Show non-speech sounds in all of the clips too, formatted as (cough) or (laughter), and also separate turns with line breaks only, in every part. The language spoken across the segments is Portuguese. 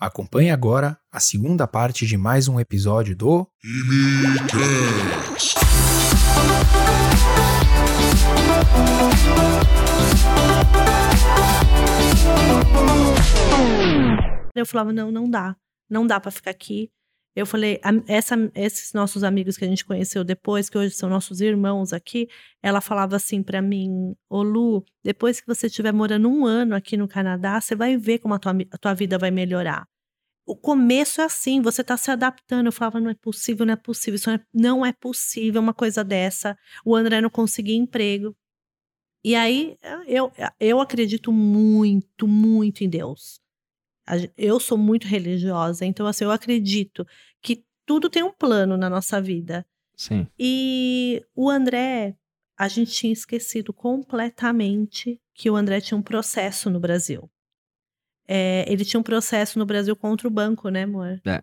Acompanhe agora a segunda parte de mais um episódio do.
Imicast.
Eu falava, não, não dá. Não dá pra ficar aqui. Eu falei, a- essa- esses nossos amigos que a gente conheceu depois, que hoje são nossos irmãos aqui, ela falava assim pra mim, ô Lu, depois que você estiver morando um ano aqui no Canadá, você vai ver como a tua, mi- a tua vida vai melhorar. O começo é assim, você tá se adaptando. Eu falava, não é possível, não é possível, isso não é, não é possível uma coisa dessa. O André não conseguia emprego. E aí, eu, eu acredito muito, muito em Deus. A gen- Eu sou muito religiosa, então assim, eu acredito que tudo tem um plano na nossa vida.
Sim.
E o André, a gente tinha esquecido completamente que o André tinha um processo no Brasil. É, ele tinha um processo no Brasil contra o banco, né, amor?
É.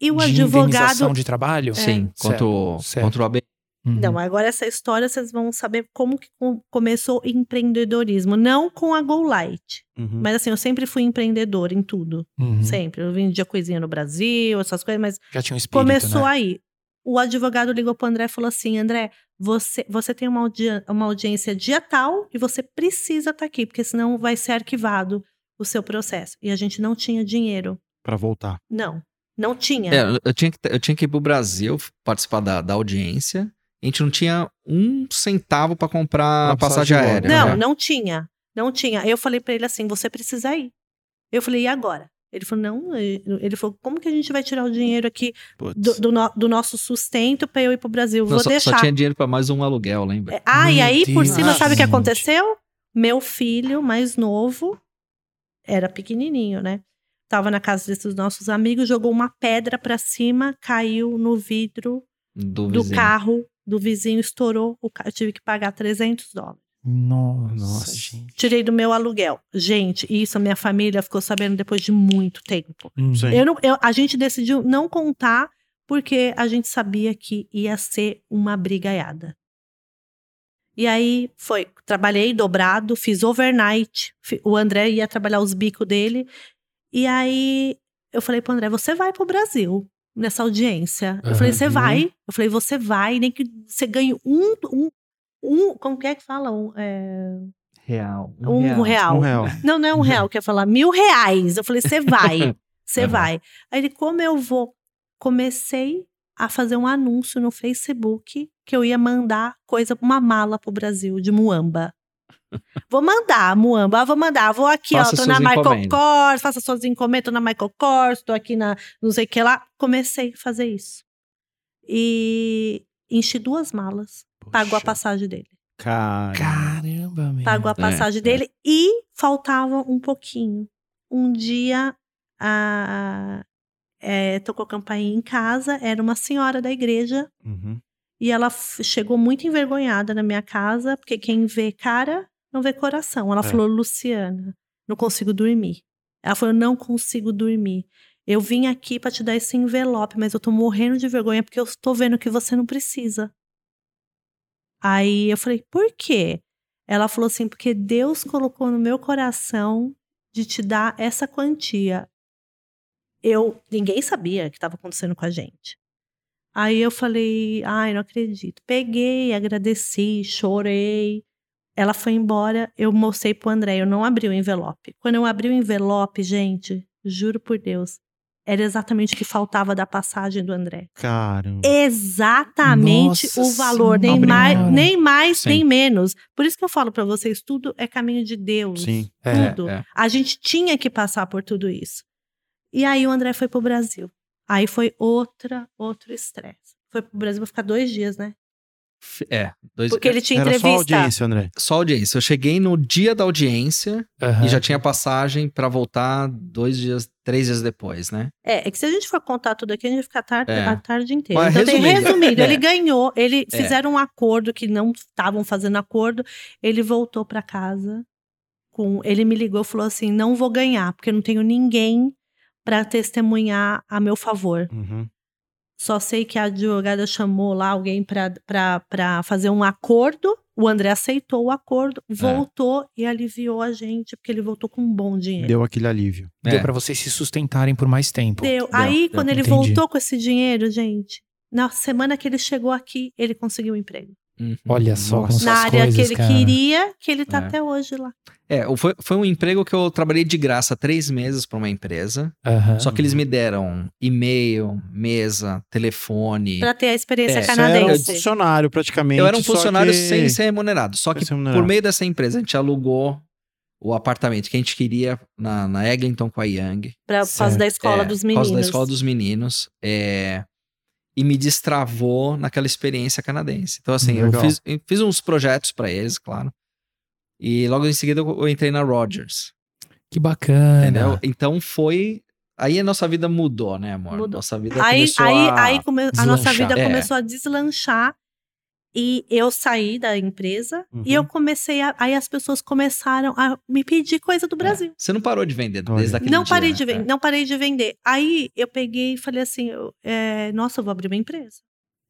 E o
de
advogado. É.
indenização de trabalho?
Sim, contra, o,
certo.
contra o AB.
Uhum.
Não, agora essa história vocês vão saber como que com- começou o empreendedorismo. Não com a Go Light,
uhum.
mas assim, eu sempre fui empreendedor em tudo.
Hum. Uhum.
Sempre. Eu vendia coisinha no Brasil, essas coisas, mas
Já tinha um espírito.
Começou
né?
aí. O advogado ligou pro André e falou assim: André, você, você tem uma, audi- uma audiência dia tal e você precisa estar aqui, porque senão vai ser arquivado o seu processo. E a gente não tinha dinheiro.
Pra voltar.
Não. Não tinha.
É, eu- eu tinha, que, eu tinha que ir pro Brasil participar da, da audiência. A gente não tinha um centavo pra comprar
Pra
passagem
passagem
aérea.
de
não,
né?
não tinha. Não tinha. Eu falei pra ele assim: você precisa ir. Eu falei: e agora? Ele falou: não. eh, Ele falou: como que a gente vai tirar o dinheiro aqui
Putz.
do, do no- do nosso sustento pra eu ir pro Brasil?
Não,
Vou
só,
deixar.
só tinha dinheiro pra mais um aluguel, lembra?
É, Ah, e
Meu
aí, por
Deus,
cima, sabe o que
gente.
aconteceu? Meu filho mais novo era pequenininho, né? Tava na casa desses nossos amigos, jogou uma pedra pra cima, caiu no vidro
Do,
do
vizinho.
carro do vizinho, estourou. O ca- Eu tive que pagar 300 dólares.
Nossa,
Nossa.
gente.
Tirei do meu aluguel. Gente, isso a minha família ficou sabendo depois de muito tempo.
Uhum.
Sim.
Eu não- eu- a gente decidiu não contar porque a gente sabia que ia ser uma brigaiada. E aí foi, trabalhei dobrado, fiz overnight. fi- O André ia trabalhar os bicos dele. E aí eu falei pro André, você vai pro Brasil nessa audiência. Eu falei, você
Uhum.
vai. Eu falei, você vai, nem que você ganhe um. um um, como que é que fala? Um, é,
Real.
um real.
Um real.
Não, não é um real, quer falar mil reais. Eu falei, você vai, você
Aham.
vai. Aí ele, como eu vou? Comecei a fazer um anúncio no Facebook que eu ia mandar coisa, uma mala pro Brasil de Muamba. Vou mandar, Muamba, ah, vou mandar, vou aqui,
Faça
ó, tô na
suas
Michael
encomendas.
Kors, faça suas encomendas, tô na Michael Kors, tô aqui na não sei o que lá. Comecei a fazer isso. E enchi duas malas, pago a
Poxa.
passagem dele.
Cara.
Caramba, meu.
Pagou a
É,
passagem
é.
dele e faltava um pouquinho. Um dia, a, é, tocou campainha em casa, era uma senhora da igreja
Uhum.
e ela f- chegou muito envergonhada na minha casa, porque quem vê cara não vê coração. Ela
É.
falou, Luciana, não consigo dormir. Ela falou, não consigo dormir. Eu vim aqui pra te dar esse envelope, mas eu tô morrendo de vergonha porque eu tô vendo que você não precisa. Aí eu falei, por quê? Ela falou assim, porque Deus colocou no meu coração de te dar essa quantia. Eu, ninguém sabia o que estava acontecendo com a gente. Aí eu falei, ai, não acredito. Peguei, agradeci, chorei. Ela foi embora, eu mostrei pro André, eu não abri o envelope. Quando eu abri o envelope, gente, juro por Deus, era exatamente o que faltava da passagem do André.
Caramba.
Exatamente
Nossa
o valor, nem
Senhora.
mais, nem mais,
Sim.
nem menos. Por isso que eu falo pra vocês, tudo é caminho de Deus.
Sim.
É.
tudo.
é.
A gente tinha que passar por tudo isso. E aí o André foi pro Brasil. Aí foi outra, outro estresse. Foi pro Brasil pra ficar dois dias, né?
F- É, dois,
Porque ele tinha
Era só
entrevista.
audiência, André.
só audiência. Eu cheguei no dia da audiência
Aham.
e já tinha passagem pra voltar dois dias, três dias depois, né?
É, é que se a gente for contar tudo aqui, a gente vai ficar a tarde,
É.
a tarde inteira.
Mas
então tem
resumindo.
resumido,
É.
ele ganhou, ele
É.
fizeram um acordo que não estavam fazendo acordo, ele voltou pra casa com, ele me ligou e falou assim: "Não vou ganhar, porque eu não tenho ninguém pra testemunhar a meu favor".
Uhum.
Só sei que a advogada chamou lá alguém para fazer um acordo. O André aceitou o acordo,
É.
voltou e aliviou a gente, porque ele voltou com um bom dinheiro.
Deu aquele alívio.
Deu
É.
pra vocês se sustentarem por mais tempo.
Deu. Aí, quando ele
Entendi.
voltou com esse dinheiro, gente, na semana que ele chegou aqui, ele conseguiu um emprego.
Uhum.
Olha só como
Nossa.
são
na
as
área
coisas,
que ele
cara.
queria, que ele tá
É.
até hoje lá.
É, o- foi, foi um emprego que eu trabalhei de graça três meses pra uma empresa.
Aham.
Só que
Uhum.
eles me deram e-mail, mesa, telefone.
Pra ter a experiência
É, isso
Você era um
canadense.
funcionário, praticamente.
Eu era um
só
funcionário
que-
sem ser remunerado. Só que
Sem ser remunerado.
por meio dessa empresa, a gente alugou o apartamento que a gente queria na, na Eglinton com a Young.
Pra, por causa
Certo.
da escola
É,
dos
Por
meninos.
causa da escola dos meninos. é, e me destravou naquela experiência canadense. Então, assim, eu
Legal.
fiz, eu fiz uns projetos pra eles, claro. E logo em seguida eu eu entrei na Rogers.
Que
É.
bacana.
Entendeu? Então foi. Aí a nossa vida mudou, né, amor?
Mudou.
Nossa vida
Aí,
começou
aí,
a...
aí come- a nossa
deslanchar.
vida
É.
começou a deslanchar. E eu saí da empresa
Uhum.
e eu comecei a. Aí as pessoas começaram a me pedir coisa
É,
do Brasil.
Você não parou de vender
Olha.
desde aquele
Não
dia,
parei,
né?
de vender, não parei de vender. Aí eu peguei e falei assim: eu, é, nossa, eu vou abrir uma empresa.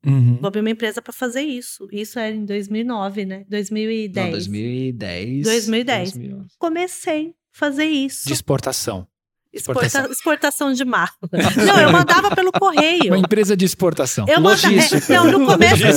Uhum.
Vou abrir uma empresa pra fazer isso. Isso era em 2009, né?
É.
2010.
Não, 2010.
2010.
2011.
Comecei a fazer isso.
De exportação.
Exporta-
exportação.
Exportação, de mala.
(laughs)
Não, eu mandava pelo correio.
Uma empresa de exportação.
Eu manda-
Logística.
é,
né?
não, no começo, no,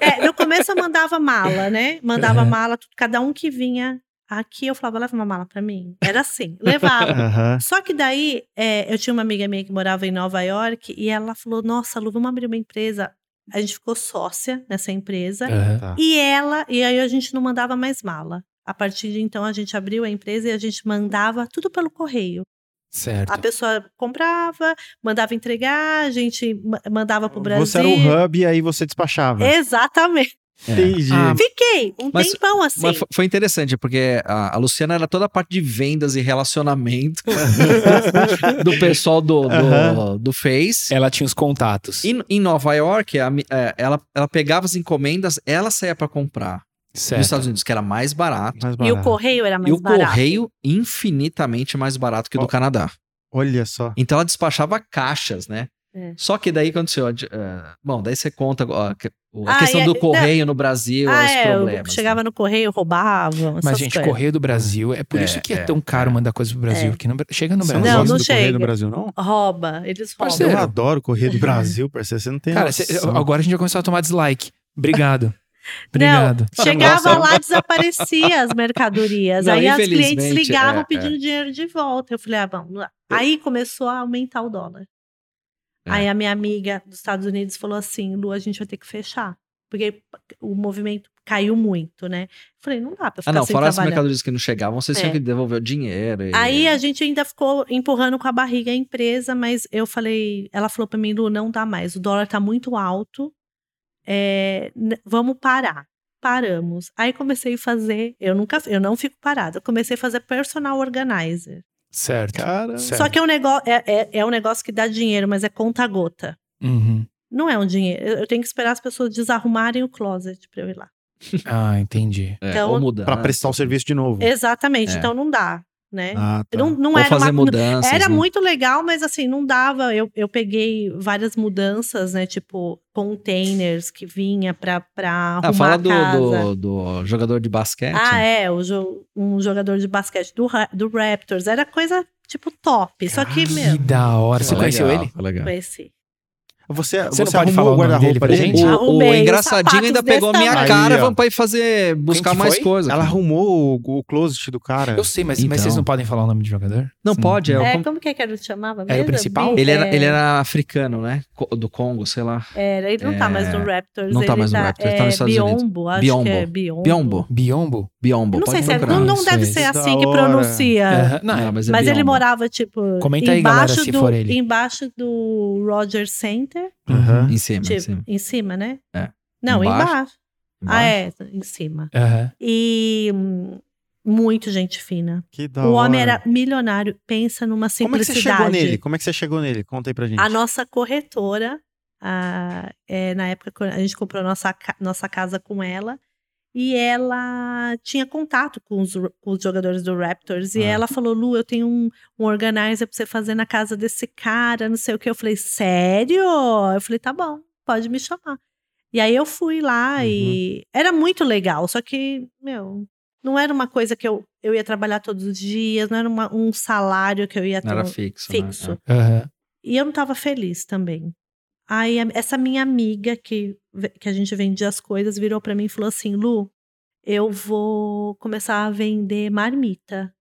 é, no começo eu mandava mala, né? Mandava mala, tudo, cada um que vinha aqui, eu falava, leva uma mala pra mim. Era assim, levava.
Aham.
Só que daí, é, eu tinha uma amiga minha que morava em Nova York e ela falou: Nossa, Lu, vamos abrir uma empresa. A gente ficou sócia nessa empresa.
Aham.
Tá.
E ela, e aí a gente não mandava mais mala. A partir de então, a gente abriu a empresa e a gente mandava tudo pelo correio.
Certo.
A pessoa comprava, mandava entregar, a gente ma- mandava pro Brasil. É.
Você era o hub e aí você despachava.
Exatamente.
Entendi.
Ah,
Fiquei um
Né? Mas-
tempão assim.
Mas fo- foi interessante, porque a, a Luciana era toda a parte de vendas e relacionamento do pessoal do, do,
Aham. É.
do Face.
Ela tinha os contatos.
E em Nova York, a mi- é, ela, ela pegava as encomendas, ela saía pra comprar nos
Certo.
Estados Unidos, que era mais barato.
Mais
E o
barato.
correio era mais
ah, e o
barato.
correio infinitamente mais barato que o do
Ó.
Canadá.
Olha só.
Então ela despachava caixas, né?
É.
Só que daí aconteceu. a di- eh, bom, daí você conta ó, que- o- a
Ah,
questão
e-
do
não.
correio no Brasil,
ah,
os
é, eu
problemas.
chegava
né?
no correio, roubavam.
Mas,
essas
gente,
coisas.
correio do Brasil, é por
É,
isso que é,
é,
tão caro
é.
mandar coisa pro Brasil.
É.
Porque no Bra- chega no
Você
Brasil.
Não,
gosta
não
do Correio
chega.
do Brasil, não?
Rouba, eles roubam.
Parceiro.
Eu adoro o Correio do Brasil, parceiro. Você não tem
Cara,
noção.
cê- agora a gente já começou a tomar dislike.
(laughs)
Obrigado.
Não,
Obrigado.
chegava
Nossa. é
lá, desaparecia as mercadorias.
(laughs) Não,
aí as clientes
infelizmente,
ligavam
é,
pedindo dinheiro de volta. Eu falei, ah, vamos lá. Aí começou a aumentar o dólar.
É.
Aí a minha amiga dos Estados Unidos falou assim: Lu, a gente vai ter que fechar. Porque o movimento caiu muito, né? Eu falei, não dá pra
Ah,
ficar
não,
sem
fora as
trabalhar.
mercadorias que não chegavam, vocês
É.
tinham que devolver o dinheiro. e- é,
Aí a gente ainda ficou empurrando com a barriga a empresa, mas eu falei, ela falou pra mim, Lu, não dá mais, o dólar tá muito alto, é, n- vamos parar. Paramos. Aí comecei a fazer, eu nunca, eu não fico parada, eu comecei a fazer personal organizer.
Certo.
Cara,
Certo.
Só que é um negócio, é, é- é um negócio que dá dinheiro, mas é conta gota.
Uhum.
Não é um dinheiro, eu eu tenho que esperar as pessoas desarrumarem o closet pra eu ir lá.
Ah, entendi.
É,
então-
ou mudar.
pra prestar o serviço de novo.
Exatamente,
É.
então não dá, né?
Hum. Ah, tá.
Não, não
ou
era
fazer
uma,
mudanças.
Era
né?
muito legal, mas assim, não dava. Eu, eu peguei várias mudanças, né? Tipo, containers que vinha pra, pra arrumar
Ah, fala
a
do,
casa.
do, do jogador de basquete.
Ah, é. o jo- um jogador de basquete do, Ra- do Raptors. Era coisa, tipo, top. Só que,
Que
meu,
da hora. Você
Foi
conheceu
legal,
ele?
foi legal.
conheci.
Você,
Você
você,
não pode falar
arrumou
o
o
nome dele
guarda-roupa
pra
pra
gente?
gente?
O- O, o
Arrumei
engraçadinho
sapatos
ainda pegou a minha
desse
cara,
tamanho.
vamos pra ir fazer, buscar
que
mais
foi?
coisa.
Ela
cara.
arrumou o, o closet do cara.
Eu sei, mas, mas
Então.
vocês não podem falar o nome do jogador?
Não
Sim.
pode, é, o
É,
com-
como que é que ele chamava
Era o
mesmo?
principal?
Bi-
ele, era,
é,
ele era africano, né? Co- Do Congo, sei lá.
era, ele não tá mais no Raptors.
não tá
ele
mais no Raptors, ele tá
é,
nos Estados Unidos.
Biombo, acho
Biombo.
que é Biombo.
Biombo,
Biombo?
Biombo.
Não
pode
sei se é,
procurar.
não, não
isso
deve
aí.
ser
Da
assim que
hora.
pronuncia.
Aham, Não, é.
Ah, mas é
Mas ele
Biombo.
morava, tipo,
Comenta aí, galera,
embaixo,
se
do,
for ele.
embaixo do Roger Center.
Aham.
Em cima, em
tipo,
cima.
em cima, né?
É.
Não,
Embaixo,
embaixo. Ah, é, em cima.
Aham.
E hum, muito gente fina.
Que da
o homem
hora.
era milionário. Pensa numa
Como é que
simplicidade.
você chegou nele? Como é que você chegou nele? Conta aí pra gente.
A nossa corretora, a- é, na época que a gente comprou nossa, ca- nossa casa com ela, E ela tinha contato com os, com os jogadores do Raptors. E
Ah.
ela falou: Lu, eu tenho um, um organizer pra você fazer na casa desse cara, não sei o que. Eu falei: Sério? Eu falei: Tá bom, pode me chamar. E aí eu fui lá
Uhum.
e era muito legal, só que, meu, não era uma coisa que eu, eu ia trabalhar todos os dias, não era uma- um salário que eu ia
Não
ter.
era
um-
fixo.
fixo.
Né?
Aham.
E eu não tava feliz também. Aí a- essa minha amiga que, ve- que a gente vendia as coisas virou pra mim e falou assim: Lu, eu vou começar a vender marmita.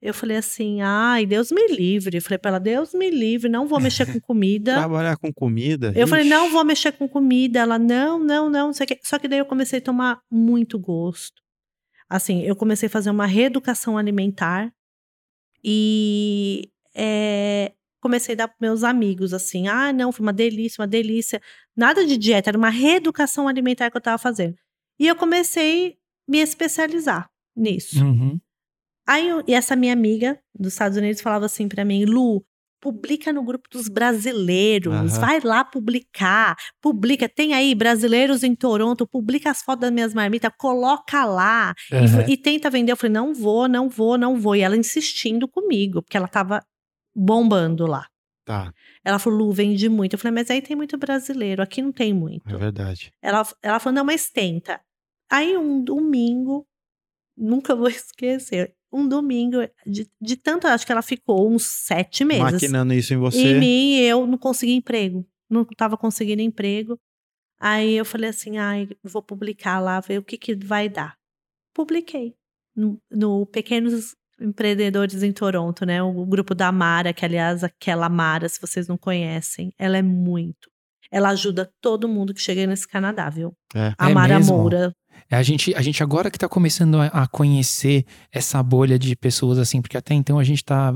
Eu falei assim: ai, Deus me livre. Eu falei pra ela: Deus me livre, não vou mexer com comida.
Trabalhar com comida.
Eu falei,
ixi.
não vou mexer com comida. Ela, não, não, não. não sei o quê. Só que daí eu comecei a tomar muito gosto. Assim, eu comecei a fazer uma reeducação alimentar e é, comecei a dar para meus amigos, assim, ah, não, foi uma delícia, uma delícia. Nada de dieta, era uma reeducação alimentar que eu estava fazendo. E eu comecei a me especializar nisso.
Uhum.
Aí eu- e essa minha amiga dos Estados Unidos falava assim pra mim, Lu, publica no grupo dos brasileiros,
Aham.
vai lá publicar, publica, tem aí brasileiros em Toronto, publica as fotos das minhas marmitas, coloca lá e,
Aham.
vo- e tenta vender. Eu falei, não vou, não vou, não vou. E ela insistindo comigo, porque ela tava bombando lá.
Tá,
Ela falou, Lu, vende muito. Eu falei, mas aí tem muito brasileiro, aqui não tem muito.
é verdade.
Ela, ela falou, não, mas tenta. Aí um domingo, nunca vou (laughs) esquecer, um domingo, de, de tanto, acho que ela ficou uns sete meses.
Maquinando isso em
E
você.
mim, eu não consegui emprego. Não estava conseguindo emprego. Aí eu falei assim, ai, vou publicar lá, ver o que, que vai dar. Publiquei no, no Pequenos Empreendedores em Toronto, né? O grupo da Mara, que aliás, aquela Mara, se vocês não conhecem, ela é muito. Ela ajuda todo mundo que chega nesse Canadá, viu?
É.
A
É
Mara
mesmo?
Moura.
É, A gente, a gente agora que tá começando a, a conhecer essa bolha de pessoas assim, porque até então a gente tá.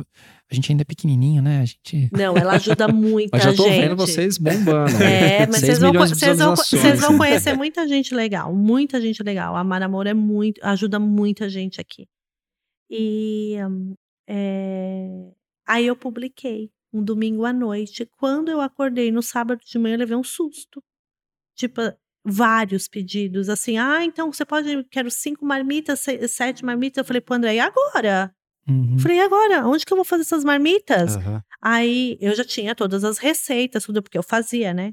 A gente ainda é pequenininho, né? A gente.
Não, ela ajuda muita
(laughs) Mas já tô
gente.
vendo vocês bombando.
É, mas
6
vocês vão,
milhões de
vocês, vão,
visualizações.
vocês vão conhecer muita gente legal, muita gente legal. A Mara Moura é muito, ajuda muita gente aqui. E hum, é, aí eu publiquei um domingo à noite. Quando eu acordei no sábado de manhã, eu levei um susto. Tipo, vários pedidos, assim, ah, então você pode, quero cinco marmitas, se- sete marmitas. Eu falei pro André, e agora?
Hum.
Uhum.
Eu falei, e agora? Onde que eu vou fazer essas marmitas?
Aham.
Aí eu já tinha todas as receitas, tudo porque eu fazia, né?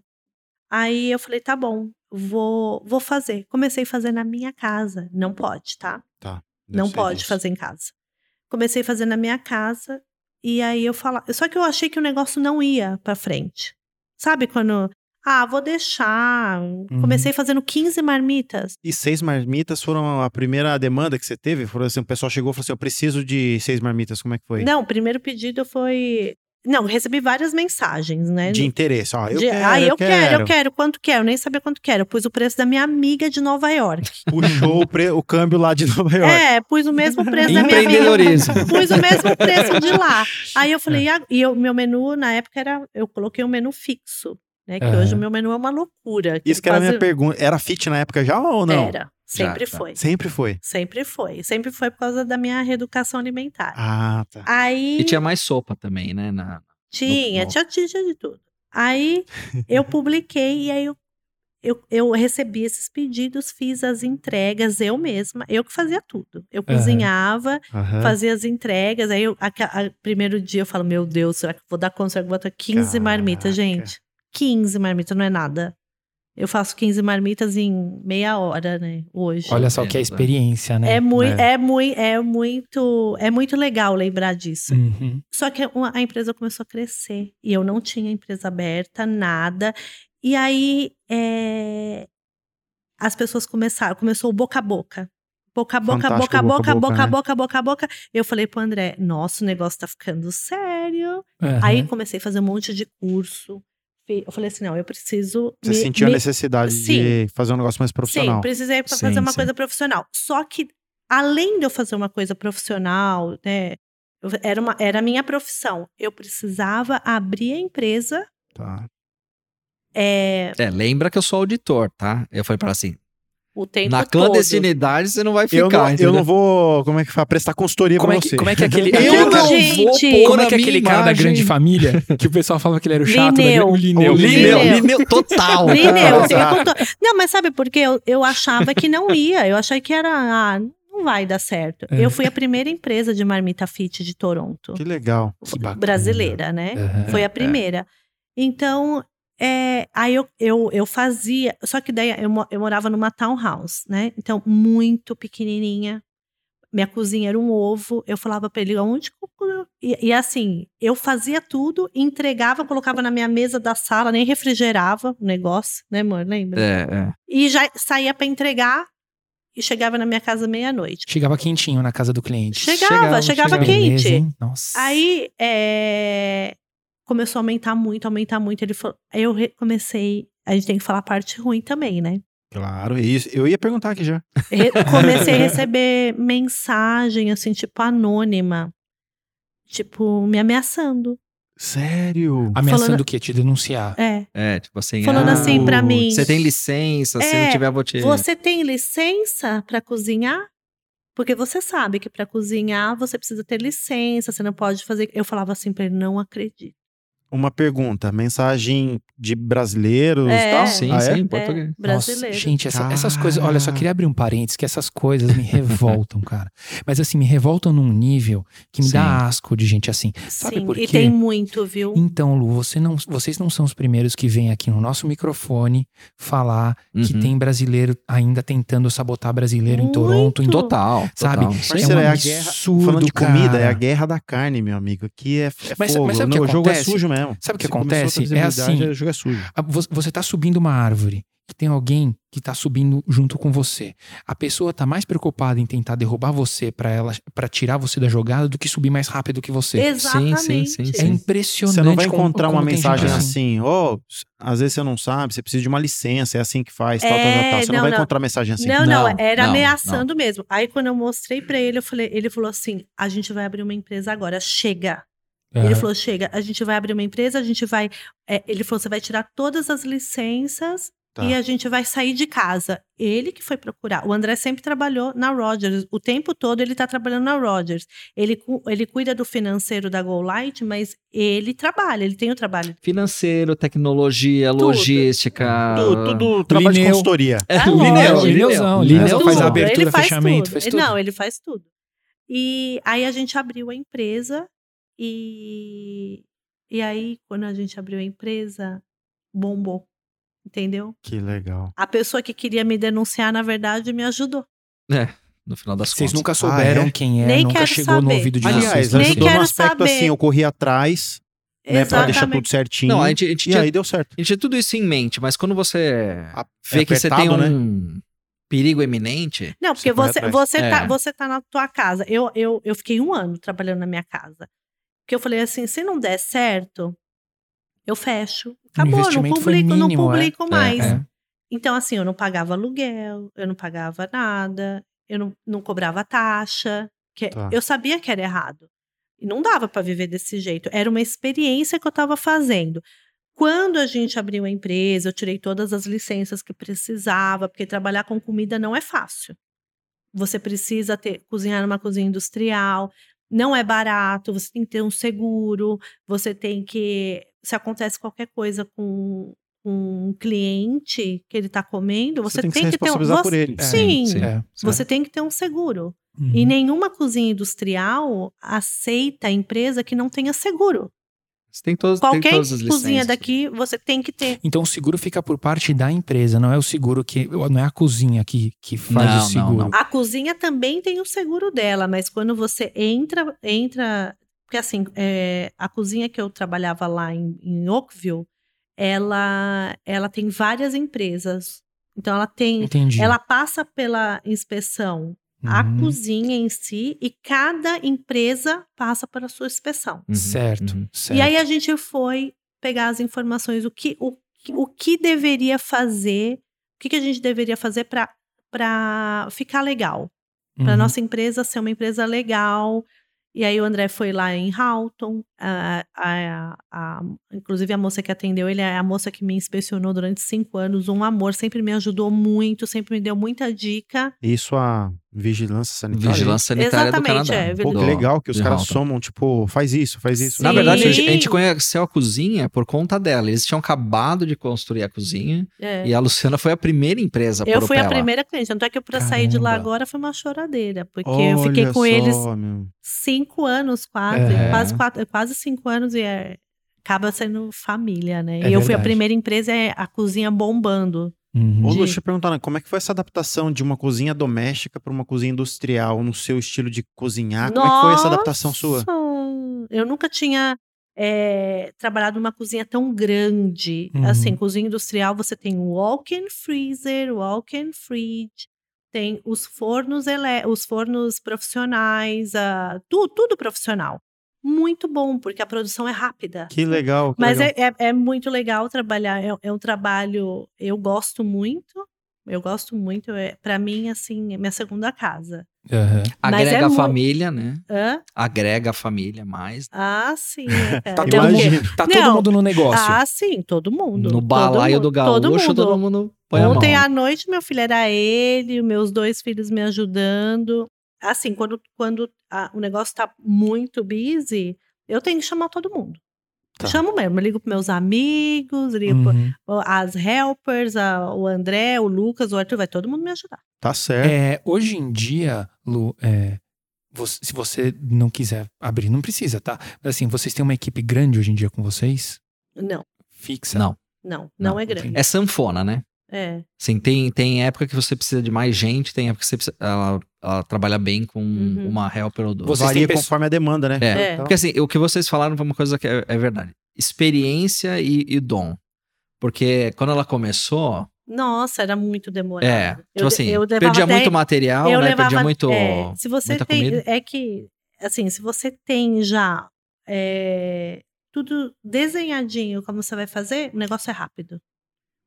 Aí eu falei, tá bom, vou, vou fazer. Comecei a fazer na minha casa. Não pode, tá?
Eu
não
sei
pode
disso.
fazer em casa. Comecei a fazer na minha casa e aí eu falava. Só que eu achei que o negócio não ia pra frente. Sabe quando. Ah, vou deixar. Comecei fazendo 15 marmitas.
E seis marmitas foram a primeira demanda que você teve? Foram assim, o pessoal chegou e falou assim: eu preciso de seis marmitas. Como é que foi?
Não, o primeiro pedido foi. Não, recebi várias mensagens, né?
De interesse. Ó, eu
De-
quero.
ah, eu,
eu
quero, eu quero, quanto quero, nem sabia quanto quero. Eu pus o preço da minha amiga de Nova
(laughs)
York.
Puxou o, pre- o câmbio lá de (laughs) Nova York.
é, pus o mesmo preço da minha amiga.
Empreendedorismo.
(laughs) Pus o mesmo preço de
(laughs)
lá. Aí eu
É.
falei, e a- e o meu menu na época era, eu coloquei um menu fixo, né? Que
Aham.
hoje o meu menu é uma loucura.
Isso que era a minha
quase-
pergunta. Era fit na época já ou não?
Era, sempre
Já, tá.
foi.
Sempre foi.
Sempre foi. Sempre foi por causa da minha reeducação alimentar.
Ah, tá.
Aí
E tinha mais sopa também, né? Na...
Tinha,
No-
tinha, tinha, tinha de tudo. Aí eu publiquei e aí eu, eu, eu recebi esses pedidos, fiz as entregas eu mesma, eu que fazia tudo. Eu
Aham.
cozinhava,
Aham.
fazia as entregas, aí eu, aca- a- primeiro dia eu falo, meu Deus, será que eu vou dar conta? Será que eu vou ter 15 marmitas,
Caraca.
gente? 15 marmitas, não é nada. Eu faço 15 marmitas em meia hora, né, hoje.
Olha só que é a experiência, né?
é, mui,
né?
é, mui, é muito é muito legal lembrar disso.
Uhum.
Só que uma- a empresa começou a crescer e eu não tinha empresa aberta, nada. E aí é, as pessoas começaram, começou o boca a boca. Boca a boca, boca
Fantástico
a
o boca
boca,
a
boca a
boca, né?
boca, boca a boca. Eu falei pro André, nossa, o negócio tá ficando sério.
Aham.
Aí comecei a fazer um monte de curso. Fe- Eu falei assim, não, eu preciso.
Você
me-
sentiu a
me-
necessidade de fazer um negócio mais profissional.
Sim, precisei pra
Sim,
fazer uma
sim.
coisa profissional. Só que, além de eu fazer uma coisa profissional, né? eu- Era, uma, era a minha profissão. Eu precisava abrir a empresa. eh,
Tá.
é,
É, lembra que eu sou auditor, tá? Eu falei pra ela assim:
o tempo
Na
todo.
clandestinidade você não vai ficar.
Eu, não, eu
entendeu?
não vou, como é que fala, prestar consultoria
Como
pra
é, que,
você.
como é que é aquele.
(laughs) Eu
aquele-
não vou
Gente,
pôr
Como é
na
que é aquele
minha
cara da
imagem-
grande família que o pessoal falava que ele era o chato da
Lineu.
grande- o Lineu.
O
Lineu,
Lineu.
Lineu total.
Lineu,
Tá, tá.
eu tô- Não, mas sabe por quê? Eu, eu achava que não ia. Eu achava que era. Ah, não vai dar certo.
É.
Eu fui a primeira empresa de marmita fit de Toronto.
Que legal.
Que bacana. É.
brasileira, né?
Aham.
Foi a primeira. Então, é, aí eu, eu, eu fazia. Só que daí eu, mo- eu morava numa townhouse, né? Então, muito pequenininha. Minha cozinha era um ovo. Eu falava pra ele onde. que eu-" E, e assim, eu fazia tudo, entregava, colocava na minha mesa da sala, nem refrigerava o negócio, né, amor? Lembra?
É, é.
E já saía pra entregar e chegava na minha casa meia-noite.
Chegava quentinho na casa do cliente.
Chegava, chegava,
chegava.
quente.
Beleza, hein? Nossa.
Aí é, começou a aumentar muito, aumentar muito. Ele falou, aí eu re- comecei. A gente tem que falar a parte ruim também, né?
Claro, é isso. Eu ia perguntar aqui já.
Re- comecei a receber mensagem, assim, tipo, anônima. Tipo, me ameaçando.
Sério?
Ameaçando
falando-
o quê? Te denunciar.
É.
É, tipo assim.
Falando
ah,
assim pra mim.
Você tem licença, se
É,
não tiver, vou te.
Você tem licença pra cozinhar? Porque você sabe que pra cozinhar você precisa ter licença, você não pode fazer. Eu falava assim pra ele, não acredito.
Uma pergunta, mensagem de brasileiros e
É.
tal?
Sim,
Ah, é?
sim,
É,
português.
Nossa,
brasileiro.
gente, essa- essas
Cara.
coisas. Olha, só queria abrir um parênteses, que essas coisas me revoltam, cara. Mas assim, me revoltam num nível que me dá asco de gente assim. sabe
Sim,
por
e
quê?
tem muito, viu?
Então, Lu, você não- vocês não são os primeiros que vêm aqui no nosso microfone falar que
Uhum.
tem brasileiro ainda tentando sabotar brasileiro em
Muito.
Toronto. Em total.
Total,
Sabe?
total.
Mas
É
será
um
é a guerra?
absurdo,
Falando de
cara.
comida, é a guerra da carne, meu amigo. Aqui é, é
Mas-
fogo.
mas sabe o que
Não, jogo é
acontece?
sujo mesmo.
Sabe o que
Se começou a
acontece? É
visibilidade,
assim.
O jogo é sujo.
A- vo- Você tá subindo uma árvore que tem alguém que tá subindo junto com você. A pessoa tá mais preocupada em tentar derrubar você pra ela para tirar você da jogada do que subir mais rápido que você.
Exatamente.
sim, sim, sim.
É impressionante.
Você não vai
como-
encontrar
como
uma
tem
mensagem
gente
assim, ó, às vezes você não sabe, você precisa de uma licença, é assim que faz, tal,
É,
tal, tal, tal. Você não,
não,
vai
não.
encontrar mensagem assim.
Não, não,
Não,
era
não,
ameaçando mesmo. Aí quando eu mostrei pra ele, eu falei, ele falou assim: "A gente vai abrir uma empresa agora, chega".
É.
Ele falou: "Chega, a gente vai abrir uma empresa, a gente vai, é, ele falou, você vai tirar todas as licenças
Tá.
e a gente vai sair de casa". Ele que foi procurar. O André sempre trabalhou na Rogers, o tempo todo ele tá trabalhando na Rogers. Ele cu- ele cuida do financeiro da Go Light, mas ele trabalha, ele tem o trabalho.
Financeiro, tecnologia, logística.
Tudo, tudo trabalho de
Lineu.
consultoria.
É,
Ah,
Lineu,
lógico.
Lineuzão,
Lineu.
Lineu
Tudo.
faz a
Lineuzão.
abertura,
ele faz
fechamento,
tudo.
faz
Ele-
tudo.
Não, ele faz tudo. E aí a gente abriu a empresa e e aí quando a gente abriu a empresa, bombou. Entendeu?
Que legal.
A pessoa que queria me denunciar, na verdade, me ajudou.
No final das
Vocês
contas.
nunca souberam
Ah, é?
quem é,
Nem
nunca
quero
chegou no
saber.
ouvido de vocês.
Aliás,
né?
Nem
ajudou
quero
num aspecto
saber.
assim, eu corri atrás, né, pra deixar tudo certinho.
Não, a gente, a gente
assim? E
tinha,
aí deu certo.
a gente tinha tudo isso em mente, mas quando você
A-
vê
é
que você tem
apertado,
um perigo eminente,
Não, porque
Você corre
você,
atrás.
você,
É.
tá, você tá na tua casa. Eu, eu, eu fiquei um ano trabalhando na minha casa. Porque eu falei assim, se não der certo, eu fecho. Acabou, não
investimento foi
publico, não
mínimo, é?
publico mais.
É.
Então, assim, eu não pagava aluguel, eu não pagava nada, eu não, não cobrava taxa. que-
Tá.
Eu sabia que era errado. E não dava para viver desse jeito. Era uma experiência que eu estava fazendo. Quando a gente abriu a empresa, eu tirei todas as licenças que precisava, porque trabalhar com comida não é fácil. Você precisa ter, cozinhar numa cozinha industrial, não é barato, você tem que ter um seguro, você tem que. Se acontece qualquer coisa com, com um cliente que ele está comendo, você, tem, que,
se
ter um.
responsabilizar por ele.
Sim,
sim.
É.
você tem que ter um seguro.
Uhum.
E nenhuma cozinha industrial aceita a empresa que não tenha seguro.
você tem, todos, tem
Qualquer
todas as licenças. né?
cozinha daqui, você tem que ter.
Então o seguro fica por parte da empresa, não é o seguro que. Não é a cozinha que, que faz
Não,
o seguro.
não, não.
A cozinha também tem o seguro dela, mas quando você entra, entra. Porque assim, é, a cozinha que eu trabalhava lá em, em Oakville, ela, ela tem várias empresas. Então ela tem.
Entendi.
Ela passa pela inspeção a
Uhum.
cozinha em si e cada empresa passa pela sua inspeção.
Uhum,
Certo,
uhum.
certo.
E aí a gente foi pegar as informações, o que, o, que- o que deveria fazer, o que, que a gente deveria fazer para ficar legal, para
Uhum.
nossa empresa ser uma empresa legal E aí o André foi lá em Halton, a- a- a- inclusive a moça que atendeu ele é a moça que me inspecionou durante cinco anos, um amor, sempre me ajudou muito, sempre me deu muita dica.
Isso a vigilância sanitária.
Vigilância sanitária
Exatamente,
do Canadá.
é,
Pô, que
Do-
legal que os
de
caras
Halton.
somam, tipo, faz isso, faz isso.
Na
Sim.
verdade, a gente- a gente conheceu a cozinha por conta dela. Eles tinham acabado de construir a cozinha
É.
e a Luciana foi a primeira empresa
Eu fui a
europeu lá.
primeira cliente, tanto é que pra sair de lá
Caramba.
agora foi uma choradeira, porque eu
Olha
fiquei com
só,
eles
meu.
cinco anos, quase,
É.
quase, quatro, quase cinco anos e é- acaba sendo família, né? e
É
eu fui a
verdade.
primeira empresa, é a cozinha bombando.
Ô,
Uhum.
Lu,
De-
deixa eu perguntar, né, como é que foi essa adaptação de uma cozinha doméstica pra uma cozinha industrial no seu estilo de cozinhar? Como é que foi essa adaptação sua?
Nossa, Eu nunca tinha é, trabalhado numa cozinha tão grande.
Uhum.
Assim, cozinha industrial, você tem o walk-in freezer, walk-in fridge, tem os fornos, ele- os fornos profissionais, a, tu- tudo profissional. Muito bom, porque a produção é rápida.
Que legal. que
Mas
legal.
é, é- é muito legal trabalhar. É, é um trabalho. Eu gosto muito. Eu gosto muito. É, para mim, assim, é minha segunda casa.
Aham.
Mas
Agrega
é
a
mu-
família, né?
Hã?
Agrega a família mais.
Ah, sim. é,
(laughs)
Tá,
cara.
todo
Imagina.
mundo, tá todo
Não.
mundo no negócio.
Ah, sim, todo mundo.
No
Todo
balaio
mundo,
do gaúcho, todo mundo, põe a mão.
Ontem à noite, meu filho era ele, meus dois filhos me ajudando. Assim, quando, quando a- o negócio tá muito busy, eu tenho que chamar todo mundo.
Tá.
Chamo mesmo, eu ligo pros meus amigos, ligo
Uhum.
pro- as helpers, a- o André, o Lucas, o Arthur, vai todo mundo me ajudar.
Tá certo.
É, hoje em dia, Lu, é, você- se você não quiser abrir, não precisa, tá? Mas assim, vocês têm uma equipe grande hoje em dia com vocês?
Não,
Fixa?
Não.
não, não,
Não,
é grande.
É sanfona, né?
É.
Assim, tem, tem época que você precisa de mais gente, tem época que você precisa, ela, ela trabalha bem com
Uhum.
uma helper ou duas.
Você- vocês têm
Varia
pessoa-
conforme a demanda, né?
É.
É.
Então,
Porque assim, o que vocês falaram foi uma coisa que é, é verdade. Experiência e, e dom. Porque quando ela começou,
Nossa, era muito demorado.
é, tipo
de-
assim,
levava
perdia muito
dez-
material, né? perdia muito...
é, se você
muita
tem,
comida.
É que, assim, se você tem já é, tudo desenhadinho como você vai fazer, o negócio é rápido.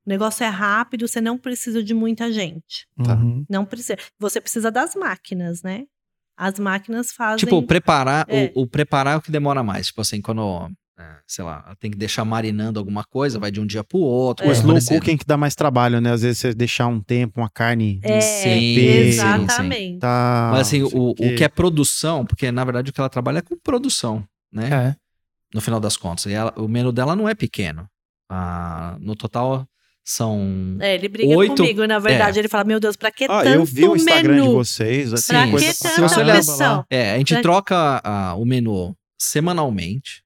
O negócio é rápido, você não precisa de muita gente.
Tá.
Uhum.
Não precisa. Você precisa das máquinas, né? As máquinas fazem.
Tipo, preparar,
É.
o, o preparar é o que demora mais. Tipo assim, quando, é, sei lá, tem que deixar marinando alguma coisa, vai de um dia pro outro.
É.
O
coisa
slow
parecida.
cooking que dá mais trabalho, né? Às vezes você deixar um tempo, uma carne
é,
sim,
exatamente.
tá.
Mas assim,
não sei
o, o que é produção, porque na verdade o que ela trabalha é com produção, né?
É.
No final das contas. E ela- o menu dela não é pequeno. Ah, no total são.
É, ele briga
Oito-
comigo, na verdade. Ele fala: Meu Deus, pra que
É. Ah,
tanto
eu vi o Instagram
menu?
de vocês. assim,
Pra
Sim,
que
coisa
se
pra
você
tanta
caramba
olhar-
opção?
lá.
É, a gente
Pra-
troca ah, o menu semanalmente,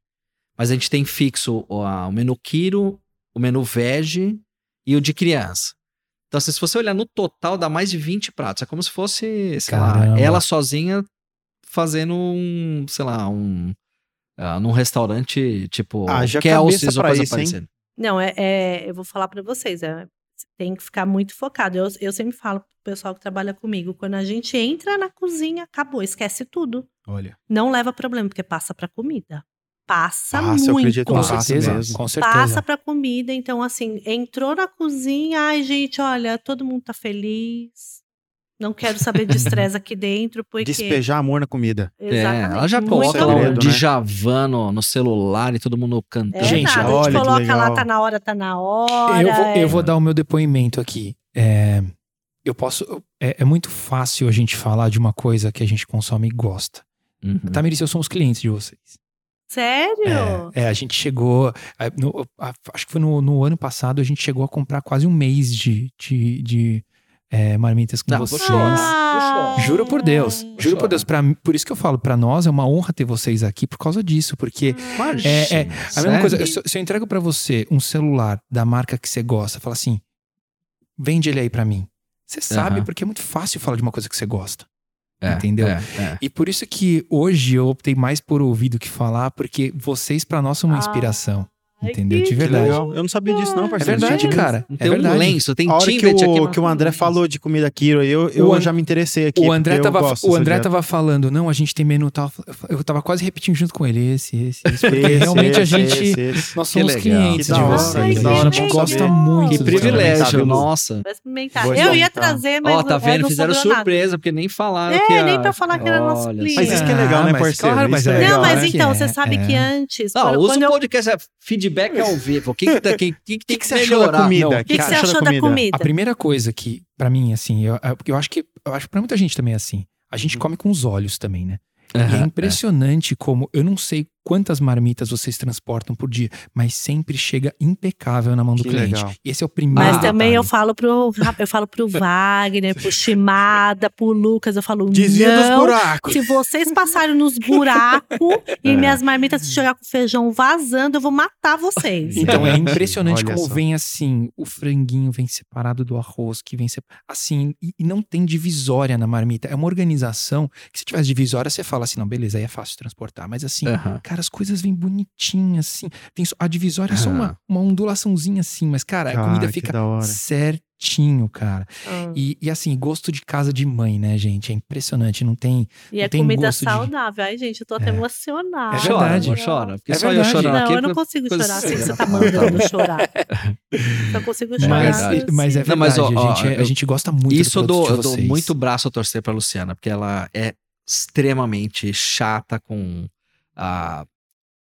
mas a gente tem fixo o, ah, o menu Kiro, o menu Veg e o de criança. Então, assim, se você olhar no total, dá mais de 20 pratos. É como se fosse, sei lá,
Caramba.
ela sozinha fazendo um, sei lá, um. ah, num restaurante tipo
Haja
Kelsey's
Ah, cabeça
ou
pra
coisa
isso, hein?
parecida.
Não, é, é- eu vou falar pra vocês, é, você tem que ficar muito focado. Eu, eu sempre falo pro pessoal que trabalha comigo, quando a gente entra na cozinha, acabou, esquece tudo.
Olha.
Não leva problema, porque passa pra comida. Passa,
Passa, eu
muito.
acredito,
Com
Passa
certeza,
mesmo.
com certeza.
Passa pra comida, então assim, entrou na cozinha, ai gente, olha, todo mundo tá feliz. Não quero saber de estresse aqui dentro, porque
Despejar amor na comida.
É, ela já
muito
coloca lá
amor.
o
Segredo, né?
Djavan no, no celular e todo mundo
É
cantando.
Gente,
gente, nada, a
olha
gente
que
coloca lá,
legal.
tá na hora, tá na hora.
eu, vou,
é.
eu vou dar o meu depoimento aqui. É, eu posso. É, é muito fácil a gente falar de uma coisa que a gente consome e gosta.
Uhum.
tá
Tamiris, eu sou os clientes de vocês.
Sério?
É, é, a gente chegou. é, no- a- acho que foi no, no ano passado, a gente chegou a comprar quase um mês de, de, de, é, marmitas com
Não, vou
vocês.
chorar.
Ah.
Juro por Deus, juro por Deus. Pra, mim- por isso que eu falo, pra nós é uma honra ter vocês aqui por causa disso, porque
Imagina,
É, é, a mesma
sério?
coisa, se, eu- se eu entrego pra você um celular da marca que você gosta, fala assim, vende ele aí pra mim. Você sabe,
Aham.
porque é muito fácil falar de uma coisa que você gosta.
É,
entendeu?
é, é.
E por isso que hoje eu optei mais por ouvir do que falar, porque vocês pra nós são uma
Ah.
inspiração. Entendeu?
que
De
Que
verdade.
legal. Eu não sabia disso, não,
É
parceiro. Não
verdade,
tinha tido
cara.
Não
É
tem um
verdade.
lenço, tem
A hora que
Tibet aqui.
o,
mas-
que o André falou de comida Kiro, eu, eu
O An-
já me interessei aqui.
O André,
porque eu
tava,
gosto
o
dessa
André
dieta.
tava falando, não, a gente tem menu tal. Eu tava quase repetindo junto com ele, esse, esse, esse. Porque
Esse,
realmente a
esse,
gente.
esse, esse.
Nós
Que
somos
legal.
clientes
Que da
de
hora,
vocês.
que
a
da hora,
gente
bom
gosta
saber.
muito.
Que
dos
privilégio,
Sabe, Lu?
nossa.
Vai experimentar.
Vou
eu ia
experimentar.
trazer, mas
Ó, tá
não- é,
vendo?
não
Fizeram
sobrou
surpresa, porque nem falaram
Nada.
que
É,
a-
nem pra falar que era nosso
Olha só.
cliente.
Mas isso que é legal, né,
mas
parceiro?
claro, mas
Isso é
é
legal,
não, mas
né?
então,
Que
você
é,
sabe
é.
que antes.
Não,
quando-
usa
quando
o
eu-
podcast, é feedback
(laughs)
ao vivo. O que, que, tá- que, que, que,
O que,
tem
que
que
você achou da
melhorar?
comida?
Não,
O
O que, que você achou da comida?
A primeira coisa que, pra mim, assim, eu, eu acho que eu acho que pra muita gente também é assim. A
Uhum.
gente come com os olhos também, né? E é
Aham,
impressionante como eu não sei quantas marmitas vocês transportam por dia, mas sempre chega impecável na mão do
Que
cliente.
legal.
Esse é o primeiro.
Mas
Ah,
também
detalhe.
eu falo pro eu falo pro Wagner, pro Chimada, pro Lucas, eu falo
Desvia dos
não.
buracos.
Se vocês passarem
(laughs)
nos buracos
É.
e minhas marmitas se jogar com feijão vazando, eu vou matar vocês.
Então
(laughs)
é
Sim,
impressionante
olha
como
só.
vem assim, o franguinho vem separado do arroz, que vem separado, assim, e, e não tem divisória na marmita. É uma organização que se tivesse divisória, você fala assim, não, beleza, aí é fácil transportar, mas assim,
aham.
cara, as coisas vêm bonitinhas assim. Tem só- a divisória é só
Aham.
uma, uma ondulaçãozinha assim, mas cara, a comida
Cara, que
fica
da hora.
certinho, cara.
Ah.
E, e, assim, gosto de casa de mãe, né, gente? É impressionante, não tem
E
Não
é
tem
comida
gosto de-
saudável. Ai, gente, eu tô até
É.
emocionada.
É
Chora,
verdade.
amor, chora. Porque
É
só eu
verdade.
chorar
Não,
aqui.
eu não
pra-
consigo
coisa
chorar assim
séria.
que você tá mandando chorar. Só consigo chorar.
Ah,
assim.
mas,
verdade.
mas é verdade,
Não, mas, ó, ó,
a, gente, é- a
eu-
gente gosta muito
Isso eu
do produto
dou,
de
eu dou
vocês.
muito braço a torcer pra Luciana, porque ela é extremamente chata com a,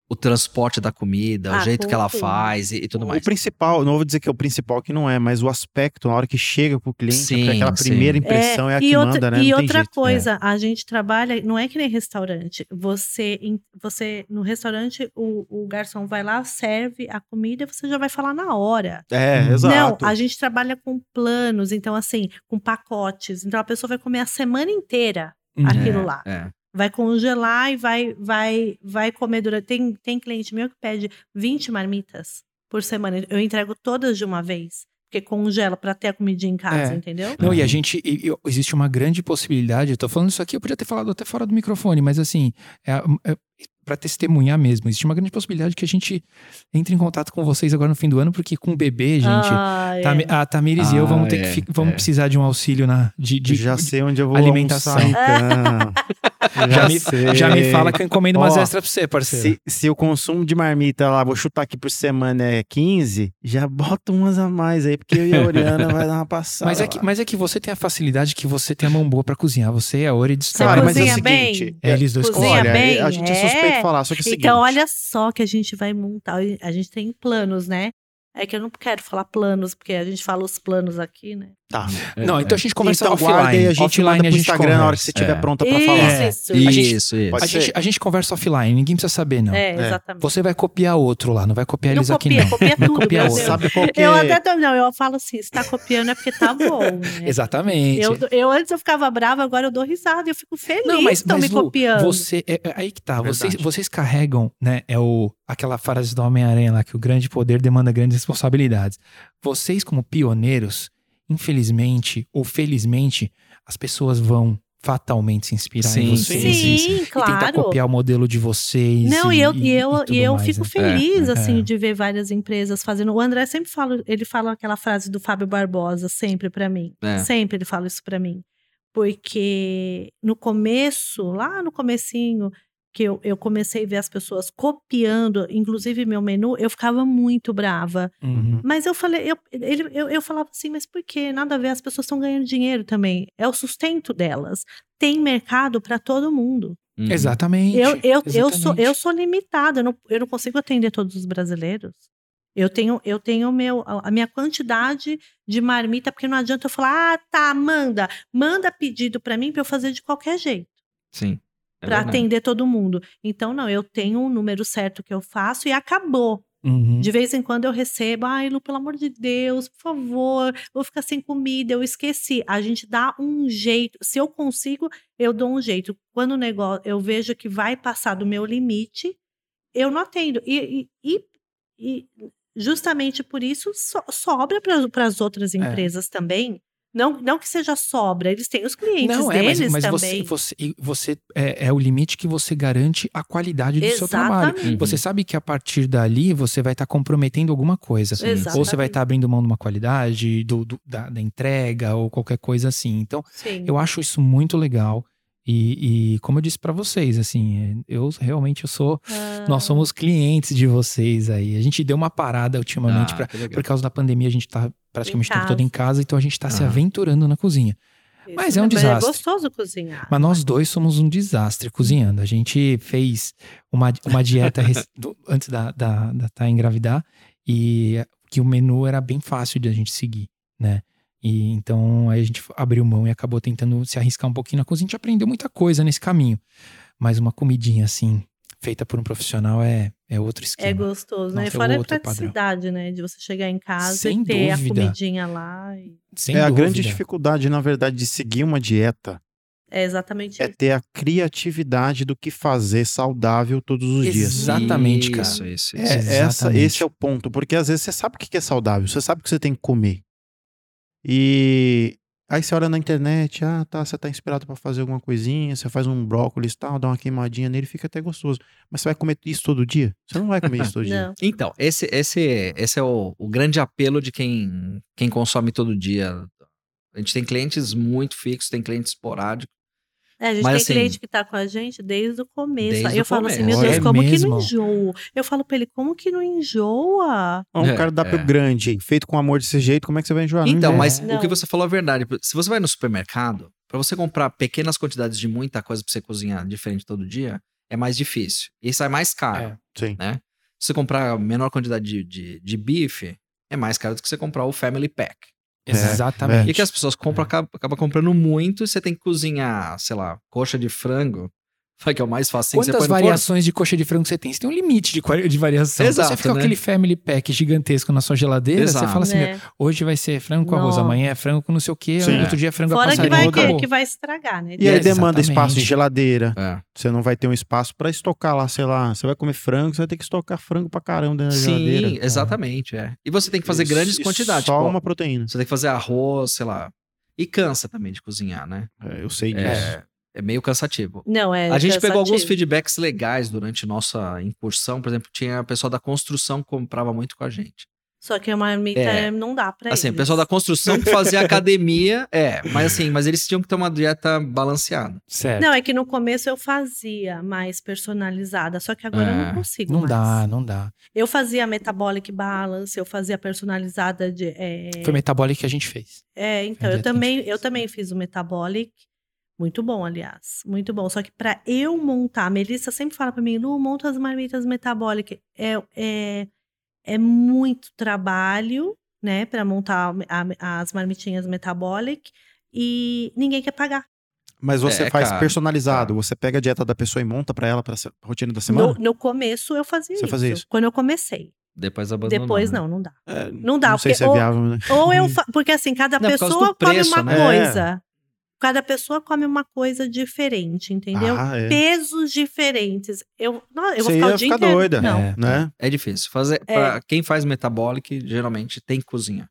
o transporte da comida, o
Ah,
jeito
com
que ela
tudo.
faz e, e tudo
O
mais.
principal, não vou dizer que é o principal que não é, mas o aspecto, na hora que chega pro cliente,
Sim,
porque aquela
sim.
primeira impressão é, a que
e outra,
manda, né?
e
Não tem
outra
jeito.
coisa, a gente trabalha, não é que nem restaurante. Você, em- você no restaurante, o, o garçom vai lá, serve a comida e você já vai falar na hora.
É,
Não,
exato.
Não, a gente trabalha com planos, então assim, com pacotes. Então a pessoa vai comer a semana inteira
Uhum.
aquilo lá.
É.
Vai congelar e vai vai vai comer durante. Tem, tem cliente meu que pede 20 marmitas por semana. Eu entrego todas de uma vez, porque congela pra ter a comidinha em casa,
É.
entendeu?
Não, e a
Uhum.
gente. e- e existe uma grande possibilidade. Eu tô falando isso aqui, eu podia ter falado até fora do microfone, mas assim, é, é, para testemunhar mesmo, existe uma grande possibilidade que a gente entre em contato com vocês agora no fim do ano, porque com o bebê, gente.
Ah,
tá
é.
Tami- A Tamires e eu
Ah,
vamos ter
é,
que fi- vamos
é.
precisar de um auxílio na de, de-
já sei onde eu vou
alimentação.
almoçar, então.
(laughs) Já me-
sei.
já me fala que eu encomendo umas
Ó,
extras pra você, parceiro.
Se, se o consumo de marmita lá, vou chutar aqui por semana, é 15, já bota umas a mais aí, porque eu e a
(laughs)
Oriana vai dar uma passada.
Mas é, que,
lá.
mas é que você tem a facilidade que você tem a mão boa pra cozinhar. Você é a Ori de
Você
Cara, mas é o
cozinha
seguinte,
bem?
É, eles dois
Cozinha
Olha,
bem,
a gente é,
é.
suspeito de falar, só que é o seguinte.
Então, olha só que a gente vai montar. A gente tem planos, né? É que eu não quero falar planos, porque a gente fala os planos aqui, né?
Tá.
é.
Não, então a gente conversa
então
offline.
guarda aí, a gente
offline
manda pro
a gente
Instagram
conversa.
na hora que você estiver
É.
pronta pra
isso,
falar.
É.
isso,
A
Isso,
gente-
isso.
Pode
A
ser.
gente, a gente conversa offline, ninguém precisa saber, não.
É,
É.
exatamente.
Você vai copiar outro lá, não vai copiar
não
eles aqui, né?
copia,
não. um, Vai
copia tudo,
copiar
meu
outro.
Deus.
Sabe qual que
Eu
é?
até dou- não, eu falo assim, se tá copiando é porque tá bom, né?
Exatamente.
Eu, eu antes eu ficava brava, agora eu dou risada, eu fico feliz
Não, mas,
que estão
mas
me
Lu,
copiando.
você. é- é aí que tá. Vocês,
Verdade.
vocês carregam, né? É o, aquela frase do Homem-Aranha lá, que o grande poder demanda grandes responsabilidades. Vocês, como pioneiros, infelizmente ou felizmente, as pessoas vão fatalmente se inspirar em
Sim,
vocês.
Sim,
e- E tentar
claro.
copiar o modelo de vocês.
Não, e eu, e eu,
tudo
e eu
mais,
fico
né?
feliz,
É,
assim,
é.
de ver várias empresas fazendo. O André sempre fala, ele fala aquela frase do Fábio Barbosa, sempre pra mim.
É.
Sempre ele fala isso pra mim. Porque no começo, lá no comecinho, que eu, eu comecei a ver as pessoas copiando, inclusive meu menu, eu ficava muito brava.
Uhum.
Mas eu falei, eu, ele, eu, eu falava assim, mas por que? Nada a ver, as pessoas estão ganhando dinheiro também. É o sustento delas. Tem mercado pra todo mundo.
Uhum.
Exatamente.
Eu, eu, eu, sou,
exatamente.
eu sou limitada, eu não, eu não consigo atender todos os brasileiros. Eu tenho, eu tenho o meu, a a minha quantidade de marmita, porque não adianta eu falar, ah, tá, manda, manda pedido pra mim pra eu fazer de qualquer jeito,
Sim. É
Pra
verdade.
atender todo mundo. Então, não, eu tenho um número certo que eu faço e acabou.
Uhum.
De vez em quando eu recebo, ai, Lu, pelo amor de Deus, por favor, vou ficar sem comida, eu esqueci. A gente dá um jeito. Se eu consigo, eu dou um jeito. Quando o negócio, eu vejo que vai passar do meu limite, eu não atendo. E, e-
É.
e- e justamente por isso so- sobra para as outras empresas também Não, não que seja sobra, eles têm os clientes
Não, é,
deles
mas, mas você,
também.
você, e você é, é o limite que você garante a qualidade do seu trabalho. né?
Exatamente.
Uhum.
Você sabe que a partir dali você vai estar comprometendo alguma coisa.
Sim.
Ou você vai
Exatamente.
estar abrindo mão de uma qualidade, do, do- da, da entrega, ou qualquer coisa assim. Então,
Sim.
eu acho isso muito legal. E, e como eu disse pra vocês, assim, é, eu realmente eu sou.
Ah,
Nós somos clientes de vocês aí. A gente deu uma parada ultimamente
Ah,
pra,
que legal.
por causa da pandemia, a gente tá praticamente o
Em
tempo todo em casa, então a gente tá se
Aham.
aventurando na cozinha. mas
isso
é um
também
desastre.
É gostoso cozinhar.
Mas nós dois somos um desastre cozinhando. A gente fez uma, uma dieta rec- (laughs) do- antes da, da, da Thay engravidar e que o menu era bem fácil de a gente seguir, né? E então aí a gente abriu mão e acabou tentando se arriscar um pouquinho na cozinha. A gente aprendeu muita coisa nesse caminho. Mas uma comidinha assim, feita por um profissional, é, é outro esquema.
É gostoso, né?
Nossa, é
Fora a
outro padrão.
praticidade, né? De você chegar em casa
Sem
e ter
dúvida.
a comidinha lá. e-
Sem
é a
dúvida.
grande dificuldade, na verdade, de seguir uma dieta
É exatamente
é
isso.
ter a criatividade do que fazer saudável todos os dias.
Exatamente, cara.
Isso, isso,
É,
isso.
Exatamente.
essa, esse é o ponto, porque às vezes você sabe o que que é saudável, você sabe o que você tem que comer. E aí você olha na internet, ah, tá, você tá inspirado pra fazer alguma coisinha, você faz um brócolis e tal, dá uma queimadinha nele, fica até gostoso. Mas você vai comer isso todo dia? Você não vai
(laughs)
comer isso todo dia.
Não.
Então, esse, esse, esse é o, o grande apelo de quem, quem consome todo dia. A gente tem clientes muito fixos, tem clientes esporádicos.
É, a gente
Mas,
tem
assim,
cliente que tá com a gente desde o começo.
desde
Aí eu
o
falo assim, meu
começo.
Deus,
É
como que
mesmo?
não enjoa? Eu falo pra ele, como que não enjoa?
É um
É,
cardápio
é.
grande, feito com amor desse jeito, como é que você vai enjoar?
Uhum.
Não
Então,
enjoa.
mas
Não.
o que você falou é verdade. Se você vai no supermercado, para você comprar pequenas quantidades de muita coisa pra você cozinhar diferente todo dia, é mais difícil. E sai mais caro.
É.
Sim.
né? Se você comprar a menor quantidade de, de, de bife, é mais caro do que você comprar o Family Pack.
Exatamente.
E que as pessoas
É.
compram, acaba, acaba comprando muito e você tem que cozinhar, sei lá, coxa de frango, (laughs) vai que é o mais fácil. você
Quantas
põe no
variações de coxa de frango você tem? Você tem um limite de, quali- de variação. Então,
Exato,
você fica com
né?
aquele family pack gigantesco na sua geladeira,
Exato.
você fala assim, meu,
né?
hoje vai ser frango com arroz,
Não.
amanhã é frango com não sei o quê,
Sim.
outro dia é frango a
Fora que
passarinho.
vai,
acabou.
que, que vai estragar, né?
E aí
É,
demanda espaço em
exatamente.
geladeira.
forno. É.
Você não vai ter um espaço pra estocar lá, sei lá. Você vai comer frango, você vai ter que estocar frango pra caramba dentro da geladeira.
Sim, exatamente. É. E você tem que fazer
E-
grandes
e
quantidades.
Só
tipo,
uma proteína.
Você tem que fazer arroz, sei lá. E cansa também de cozinhar, né?
É, eu sei disso.
É, é meio cansativo.
Não, é
A gente pegou alguns
cansativo.
feedbacks legais durante nossa incursão. Por exemplo, tinha o pessoal da construção que comprava muito com a gente.
Só que a marmita
É.
não dá pra
Assim, o
eles.
pessoal da construção que
(laughs)
fazia academia, é, mas assim, mas eles tinham que ter uma dieta balanceada.
Certo.
Não, é que no começo eu fazia mais personalizada, só que agora eu
É,
não consigo
Não,
mais.
dá, não dá.
Eu fazia metabolic balance, eu fazia personalizada de... é,
Foi metabólico que a gente fez.
É, então,
Entendi,
eu
entendi.
também, eu também fiz o Metabolic. Muito bom, aliás. Muito bom. Só que pra eu montar, a Melissa sempre fala pra mim, Lu, monta as marmitas Metabolic. É, é, é muito trabalho, né, Pra montar a- as marmitinhas Metabolic. E ninguém quer pagar.
Mas você
É,
faz
cara.
personalizado. Você pega a dieta da pessoa e monta pra ela, pra se- rotina da
No,
semana?
no começo eu fazia
Você
isso.
fazia isso?
Quando eu comecei.
Depois abandonou.
Depois
né?
não, não dá.
É,
Não dá,
Não sei
porque
se é
ou-
viável, né?
Ou eu. fa- Porque assim, cada
Não, por causa
pessoa
do preço,
come uma
né? É.
coisa. Cada pessoa come uma coisa diferente, entendeu?
Ah, é.
Pesos diferentes. Eu, não, eu vou
Você
ficar
ia
o dia
ficar
inteiro.
doida.
Não.
É.
Né?
É difícil. Fazer,
É.
pra quem faz metabolic, geralmente tem que cozinhar.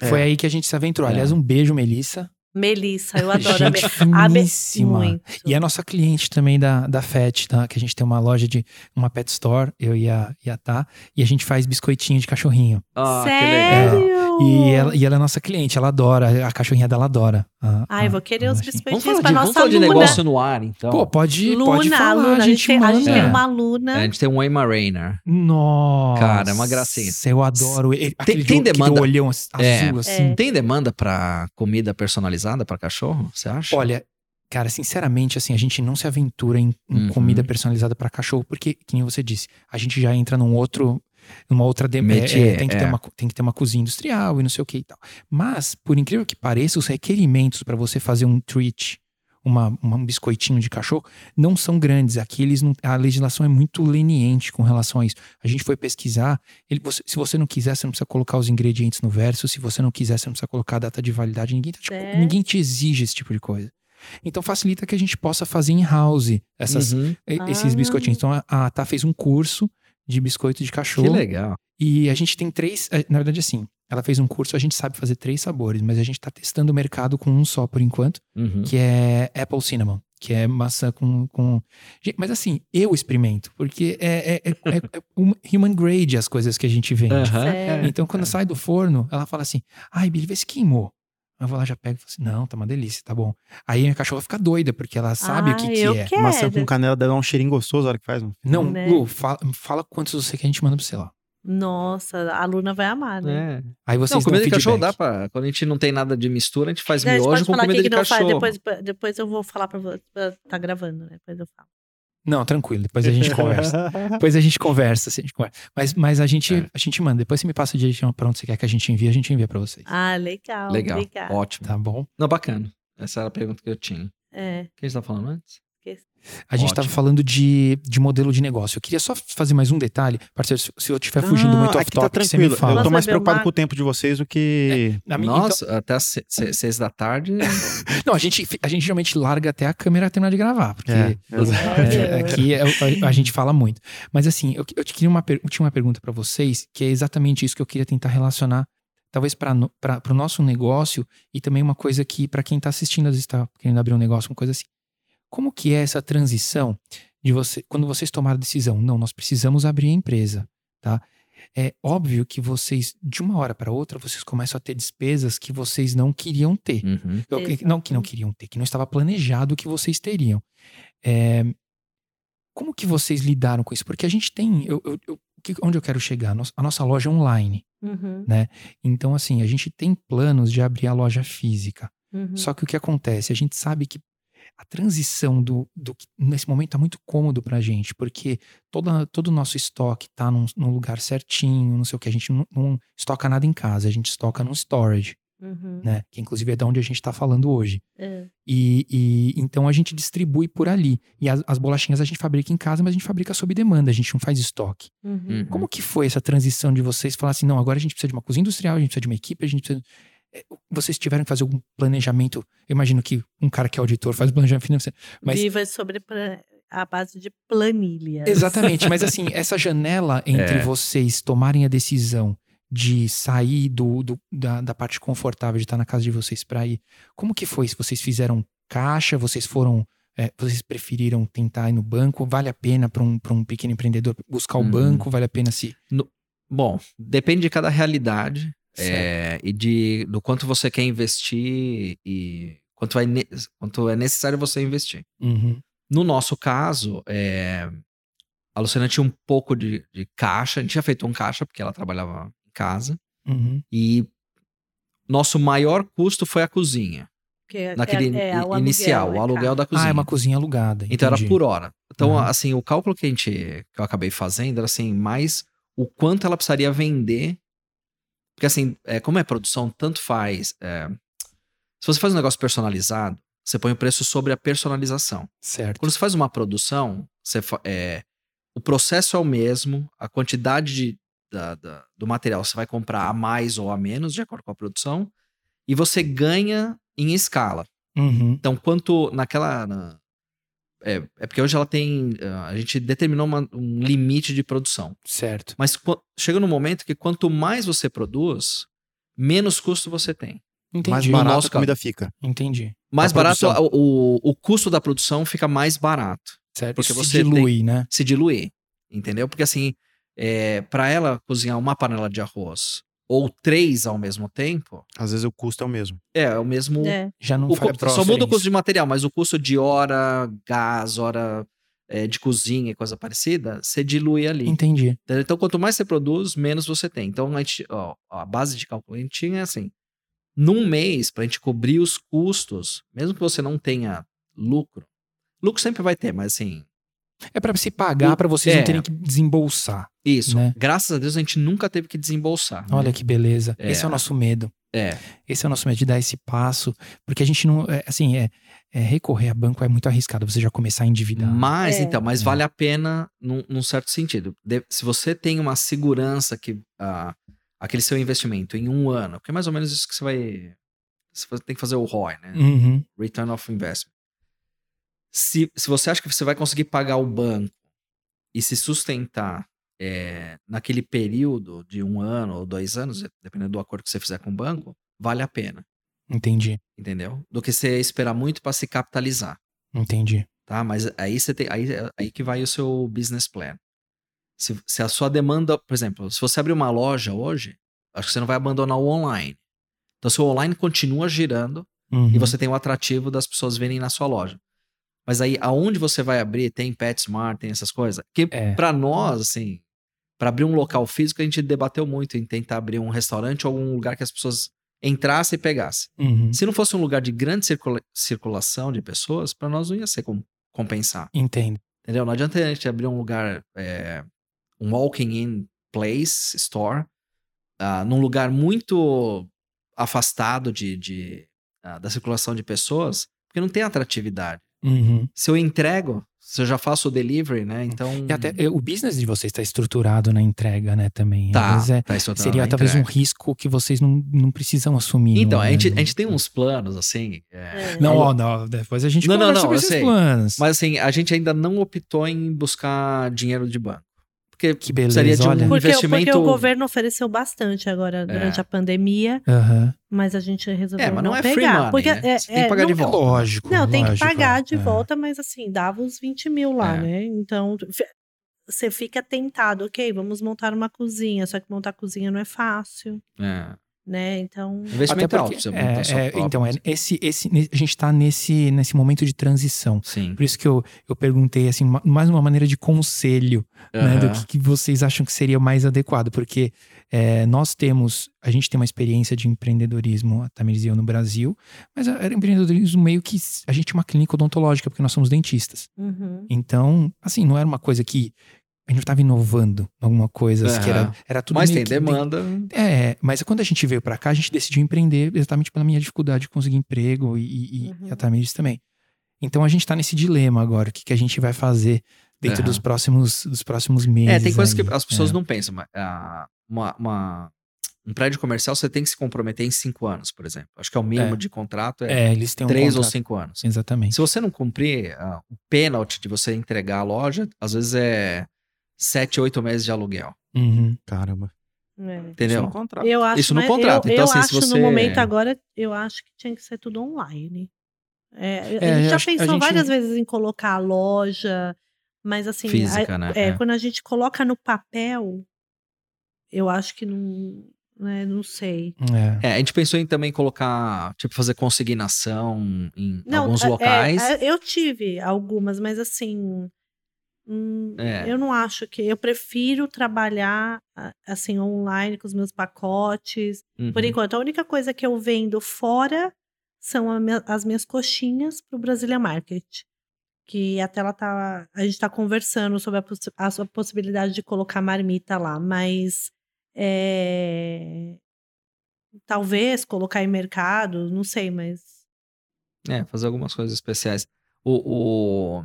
É.
Foi aí que a gente se aventurou.
É.
Aliás, um beijo, Melissa.
Melissa,
(laughs)
eu adoro a
gente
Melissa. A Be-
finíssima.
Muito.
E é a nossa cliente também da, da FET, tá? que a gente tem uma loja de uma pet store, eu e a, e a Tá, e a gente faz biscoitinho de cachorrinho.
Ah, que legal.
Sério?
E, ela, e ela é nossa cliente, ela adora, a cachorrinha dela adora. a-
Ai,
a-
vou querer
a
os
lojinha.
Vamos
biscoitinhos
falar,
pra
de, vamos
nossa
falar de
Luna.
negócio no ar, então.
Pô, pode,
Luna,
pode falar,
Luna,
a gente
tem,
manda.
a gente tem
É.
uma
É, a
aluna.
gente tem um Emma Rainer.
Nossa.
Cara, é uma gracinha.
Eu adoro ele. Aquele
tem
do- aquele
demanda?
olhão az-
É.
azul, assim.
Tem demanda pra comida personalizada pra cachorro, você acha?
Olha, cara, sinceramente, assim, a gente não se aventura em, em
Uhum.
comida personalizada pra cachorro, porque, que nem você disse, a gente já entra num outro. Numa outra demanda.
Métier,
tem, que
é.
ter uma, co- tem que ter uma cozinha industrial e não sei o que e tal. Mas, por incrível que pareça, os requerimentos pra você fazer um treat, uma, uma- um biscoitinho de cachorro, não são grandes. Aqui eles não, a legislação é muito leniente com relação a isso. A gente foi pesquisar. ele- você- se você não quiser, você não precisa colocar os ingredientes no verso. Se você não quiser, você não precisa colocar a data de validade. Ninguém, tá te-
Certo.
ninguém te exige esse tipo de coisa. Então facilita que a gente possa fazer in-house essas-
Uhum.
e- esses
Ah.
biscoitinhos. Então a, a Tá fez um curso de biscoito de
Que
cachorro.
legal.
E a gente tem três. eh, Na verdade, assim, Ela fez um curso, a gente sabe fazer três sabores, mas a gente tá testando o mercado com um só por enquanto,
Uhum.
que é Apple Cinnamon, que é maçã com. com... Gente, Mas assim, eu experimento, porque é, é, é, é- é um human grade as coisas que a gente vende.
Aham. É.
Sério.
Então, quando sai do forno, ela fala assim: ai, Billy, vê se queimou. Eu vou lá, já pego e falo assim: não, tá uma delícia, tá bom. Aí a cachorra fica doida, porque ela sabe o que,
Ah,
que
eu
é.
quero.
Maçã com canela dá um cheirinho gostoso, olha que faz. mano.
Não,
Né?
Lu, fala, fala quantos você quer, a gente manda pra você lá.
Nossa, a Luna vai amar, né?
É.
Aí vocês
Não, comida
dão
de cachorro dá
feedback.
pra. Quando a gente não tem nada de mistura, a gente faz
Não, a gente
miojo
pode
com
falar
comida
aqui
de
que não faz,
cachorro.
depois, depois eu vou falar pra você. Tá gravando, né? Depois eu falo.
Não, tranquilo, depois a gente
(laughs)
conversa. Depois a gente conversa, assim, a gente conversa. Mas, mas a, gente,
É.
a gente manda. Depois você me passa o direitinho pra onde você quer que a gente envie, a gente envia pra vocês.
Ah, legal.
Legal.
Obrigada.
Ótimo.
Tá bom?
Não, bacana. Essa era a pergunta que eu tinha. O
É,
que a gente tá falando antes?
A gente
Ótimo.
tava falando de, de modelo de negócio. Eu queria só fazer mais um detalhe. Parceiro, se, se eu estiver fugindo muito
Não,
off
aqui tá
topic, você me
tranquilo.
fala.
Eu tô
Vamos
mais
beber uma
preocupado
água?
com o tempo de vocês do que.
Na minha- então-
Nossa, até às se-
(laughs)
se- seis da tarde.
não, a gente, a gente geralmente larga até a câmera terminar de gravar, porque
É, exato.
(laughs)
é, aqui é- a, a gente fala muito. Mas assim, eu, eu te queria uma, per- eu tinha uma pergunta pra vocês, que é exatamente isso que eu queria tentar relacionar, talvez para o nosso negócio e também uma coisa que, pra quem tá assistindo, às vezes tá querendo abrir um negócio, uma coisa assim. Como que é essa transição de você, quando vocês tomaram a decisão, não, nós precisamos abrir a empresa, tá? É óbvio que vocês, de uma hora pra outra, vocês começam a ter despesas que vocês não queriam ter.
Uhum.
Eu- que- não, que não queriam ter, que não estava planejado que vocês teriam. É, como que vocês lidaram com isso? Porque a gente tem. eu- eu- eu- o que- onde eu quero chegar? Nos- A nossa loja é online.
uhum,
Né.
Então, assim, a gente tem planos de abrir a loja física.
uhum.
Só que o que acontece? A gente sabe que a transição do, do que- nesse momento tá muito cômodo pra gente, porque toda, todo o nosso estoque tá num, num lugar certinho, não sei o que. A gente não, não estoca nada em casa, a gente estoca num storage,
uhum,
né? Que inclusive é da onde a gente tá falando hoje.
é.
E, e- então a gente distribui por ali. E as, as bolachinhas a gente fabrica em casa, mas a gente fabrica sob demanda, a gente não faz estoque.
Hum.
Uhum.
Como que foi essa transição de vocês falar assim, não, agora a gente precisa de uma cozinha industrial, a gente precisa de uma equipe, a gente precisa. É, Vocês tiveram que fazer algum planejamento? Eu imagino que um cara que é auditor faz um planejamento financeiro. Mas
Viva sobre pra- a base de planilha.
Exatamente, mas assim, essa janela entre
É.
vocês tomarem a decisão de sair do, do- da, da parte confortável de estar na casa de vocês para ir, como que foi? Se vocês fizeram caixa, vocês foram, é, vocês preferiram tentar ir no banco? Vale a pena para um, pra um pequeno empreendedor buscar o
Uhum.
banco? Vale a pena se
Bom, depende de cada realidade
Certo.
é, e de, do quanto você quer investir e quanto, vai ne- quanto é necessário você investir.
Uhum,
No nosso caso, é, a Luciana tinha um pouco de, de caixa, a gente tinha feito um caixa porque ela trabalhava em casa
uhum,
e nosso maior custo foi a cozinha,
Que é-
naquele
é- é o
i-
aluguel,
inicial,
é
o aluguel
caro.
da cozinha.
Ah, é uma cozinha alugada.
Então era
entendi.
por hora. Então,
Aham.
assim, o cálculo que a gente que eu acabei fazendo era assim, mais o quanto ela precisaria vender. Porque assim, é, como é produção, tanto faz. é, se você faz um negócio personalizado, você põe o preço sobre a personalização.
Certo.
Quando você faz uma produção, você fa- é, o processo é o mesmo, a quantidade de- da- da- do material você vai comprar a mais ou a menos, de acordo com a produção, e você ganha em escala.
Uhum,
Então, quanto naquela. na- é, é porque hoje ela tem. ah, A gente determinou uma- um limite de produção.
certo.
Mas qua- chega num momento que quanto mais você produz, menos custo você tem.
Mais
Entendi.
barato.
barata
nosso
a comida fica.
Entendi.
Mais
A
barato,
produção.
o, o- o custo da produção fica mais barato,
Certo.
Porque
Isso se
você tem-
dilui, né?
se diluir. Entendeu? Porque assim, para ela cozinhar uma panela de arroz ou três ao mesmo tempo,
Às vezes o custo é o mesmo.
é, é o mesmo.
É.
Já não
O
faz
custo- só muda o custo de material, mas o custo de hora, gás, hora eh, de cozinha e coisa parecida, você dilui ali.
Entendi.
entendeu? Então, quanto mais você produz, menos você tem. Então, a, gente, ó, a base de cálculo que a gente tinha é assim: num mês, para a gente cobrir os custos, mesmo que você não tenha lucro, lucro sempre vai ter, mas assim,
É pra se pagar, pra vocês
É.
não terem que desembolsar.
isso.
Né?
Graças a Deus, a gente nunca teve que desembolsar. né?
Olha que beleza.
É.
Esse é o nosso medo.
É.
Esse é o nosso medo de dar esse passo. Porque a gente não. é, assim, é, é, recorrer a banco é muito arriscado. Você já começar a endividar.
Mas,
É.
então, mas
É.
vale a pena num, num certo sentido. De- se você tem uma segurança que ah, aquele seu investimento em um ano, porque é mais ou menos isso que você vai. Você tem que fazer o ROI, né?
Uhum,
Return of Investment. Se, se você acha que você vai conseguir pagar o banco e se sustentar é, naquele período de um ano ou dois anos, dependendo do acordo que você fizer com o banco, vale a pena,
Entendi,
entendeu? Do que você esperar muito para se capitalizar,
entendi.
tá? Mas aí você tem, aí, é, aí que vai o seu business plan. Se, se a sua demanda, por exemplo, se você abrir uma loja hoje, acho que você não vai abandonar o online. Então, se o online continua girando,
Uhum.
e você tem o atrativo das pessoas virem na sua loja. Mas aí, aonde você vai abrir, tem PetSmart, tem essas coisas. Que
É.
pra nós, assim, pra abrir um local físico, a gente debateu muito em tentar abrir um restaurante ou algum lugar que as pessoas entrassem e pegassem.
Uhum.
Se não fosse um lugar de grande circula- circulação de pessoas, pra nós não ia ser com- compensar.
Entendo.
Entendeu? Não adianta a gente abrir um lugar, é, um walking-in place, store, ah, num lugar muito afastado de, de, ah, da circulação de pessoas, porque não tem atratividade.
Uhum.
Se eu entrego, se eu já faço o delivery, né? Então.
E até eh, o business de vocês está estruturado na entrega, né, também. Às
tá,
vezes é-
tá estruturado
seria
na
talvez um
entrega.
risco que vocês não, não precisam assumir.
Então,
no-
a gente, a gente tem uns planos, assim. é,
É.
né? Não,
Alô?
ó, não, depois a gente
Não, não,
conversa
não,
sobre
eu
esses
sei.
planos.
Mas assim, a gente ainda não optou em buscar dinheiro de banco. Porque
Que beleza,
seria de um-
olha.
Porque, porque
investimento-
o governo ofereceu bastante agora durante a pandemia,
Aham.
mas a gente resolveu
É, mas não é free
pegar.
money,
porque é,
né? Você tem que pagar
não-
de volta.
Lógico.
Não, tem que
lógico,
pagar de
é.
volta, mas assim, dava uns 20 mil lá,
É.
né? Então, fi- você fica tentado, ok, vamos montar uma cozinha, só que montar cozinha não é fácil,
é,
né? Então,
Até
investimento alto.
porque,
Você
é,
montar sua
é,
própria-
então, é, esse, esse, a gente tá nesse, nesse momento de transição.
Sim.
Por isso que eu, eu perguntei, assim, ma- mais uma maneira de conselho, né? Do
Aham.
que, que vocês acham que seria mais adequado. Porque é, nós temos, a gente tem uma experiência de empreendedorismo, a Tamires e eu, no Brasil. Mas é- era empreendedorismo meio que... s- A gente tinha uma clínica odontológica, porque nós somos dentistas.
uhum.
Então, assim, não era uma coisa que... A gente não tava inovando em alguma coisa, assim, que era,
Aham.
era tudo
Mas
meio
tem
que-
demanda.
É, mas quando a gente veio pra cá, a gente decidiu empreender exatamente pela minha dificuldade de conseguir emprego e, e, e
Uhum.
a Tamires também. Então a gente tá nesse dilema agora, o que, que a gente vai fazer dentro
Aham.
dos próximos dos próximos meses.
É, tem coisas
aí.
que as pessoas
É.
não pensam. mas, ah, uma- uma- um prédio comercial você tem que se comprometer em cinco anos, por exemplo. Acho que é o mínimo
É.
de contrato é,
É, eles têm um
três ou
contrato.
cinco anos.
Exatamente.
Se você não cumprir ah, o pênalti de você entregar a loja, às vezes é sete, oito meses de aluguel.
Uhum.
Caramba.
É.
Entendeu?
Isso no um contrato.
Eu acho,
Ah, Isso no
mas
contrato.
Eu,
Então,
eu
assim, se
acho
você-
no momento agora, eu acho que tinha que ser tudo online. É,
É,
a gente já
acho- a
pensou
gente-
várias vezes em colocar a loja, mas assim, a-
Física, né?
é,
É.
quando a gente coloca no papel, eu acho que não, né, não sei.
É.
É, a gente pensou em também colocar, tipo, fazer consignação em
Não,
alguns
é- é,
locais.
é, eu tive algumas, mas assim, hum,
É.
eu não acho que eu prefiro trabalhar a- assim online com os meus pacotes.
Uhum.
Por enquanto, a única coisa que eu vendo fora são a minha- as minhas coxinhas pro Brasília Market. Que até ela tá. A gente tá conversando sobre a, possi- a sua possibilidade de colocar marmita lá, mas. é, talvez colocar em mercado, não sei, mas.
É, fazer algumas coisas especiais. O, o-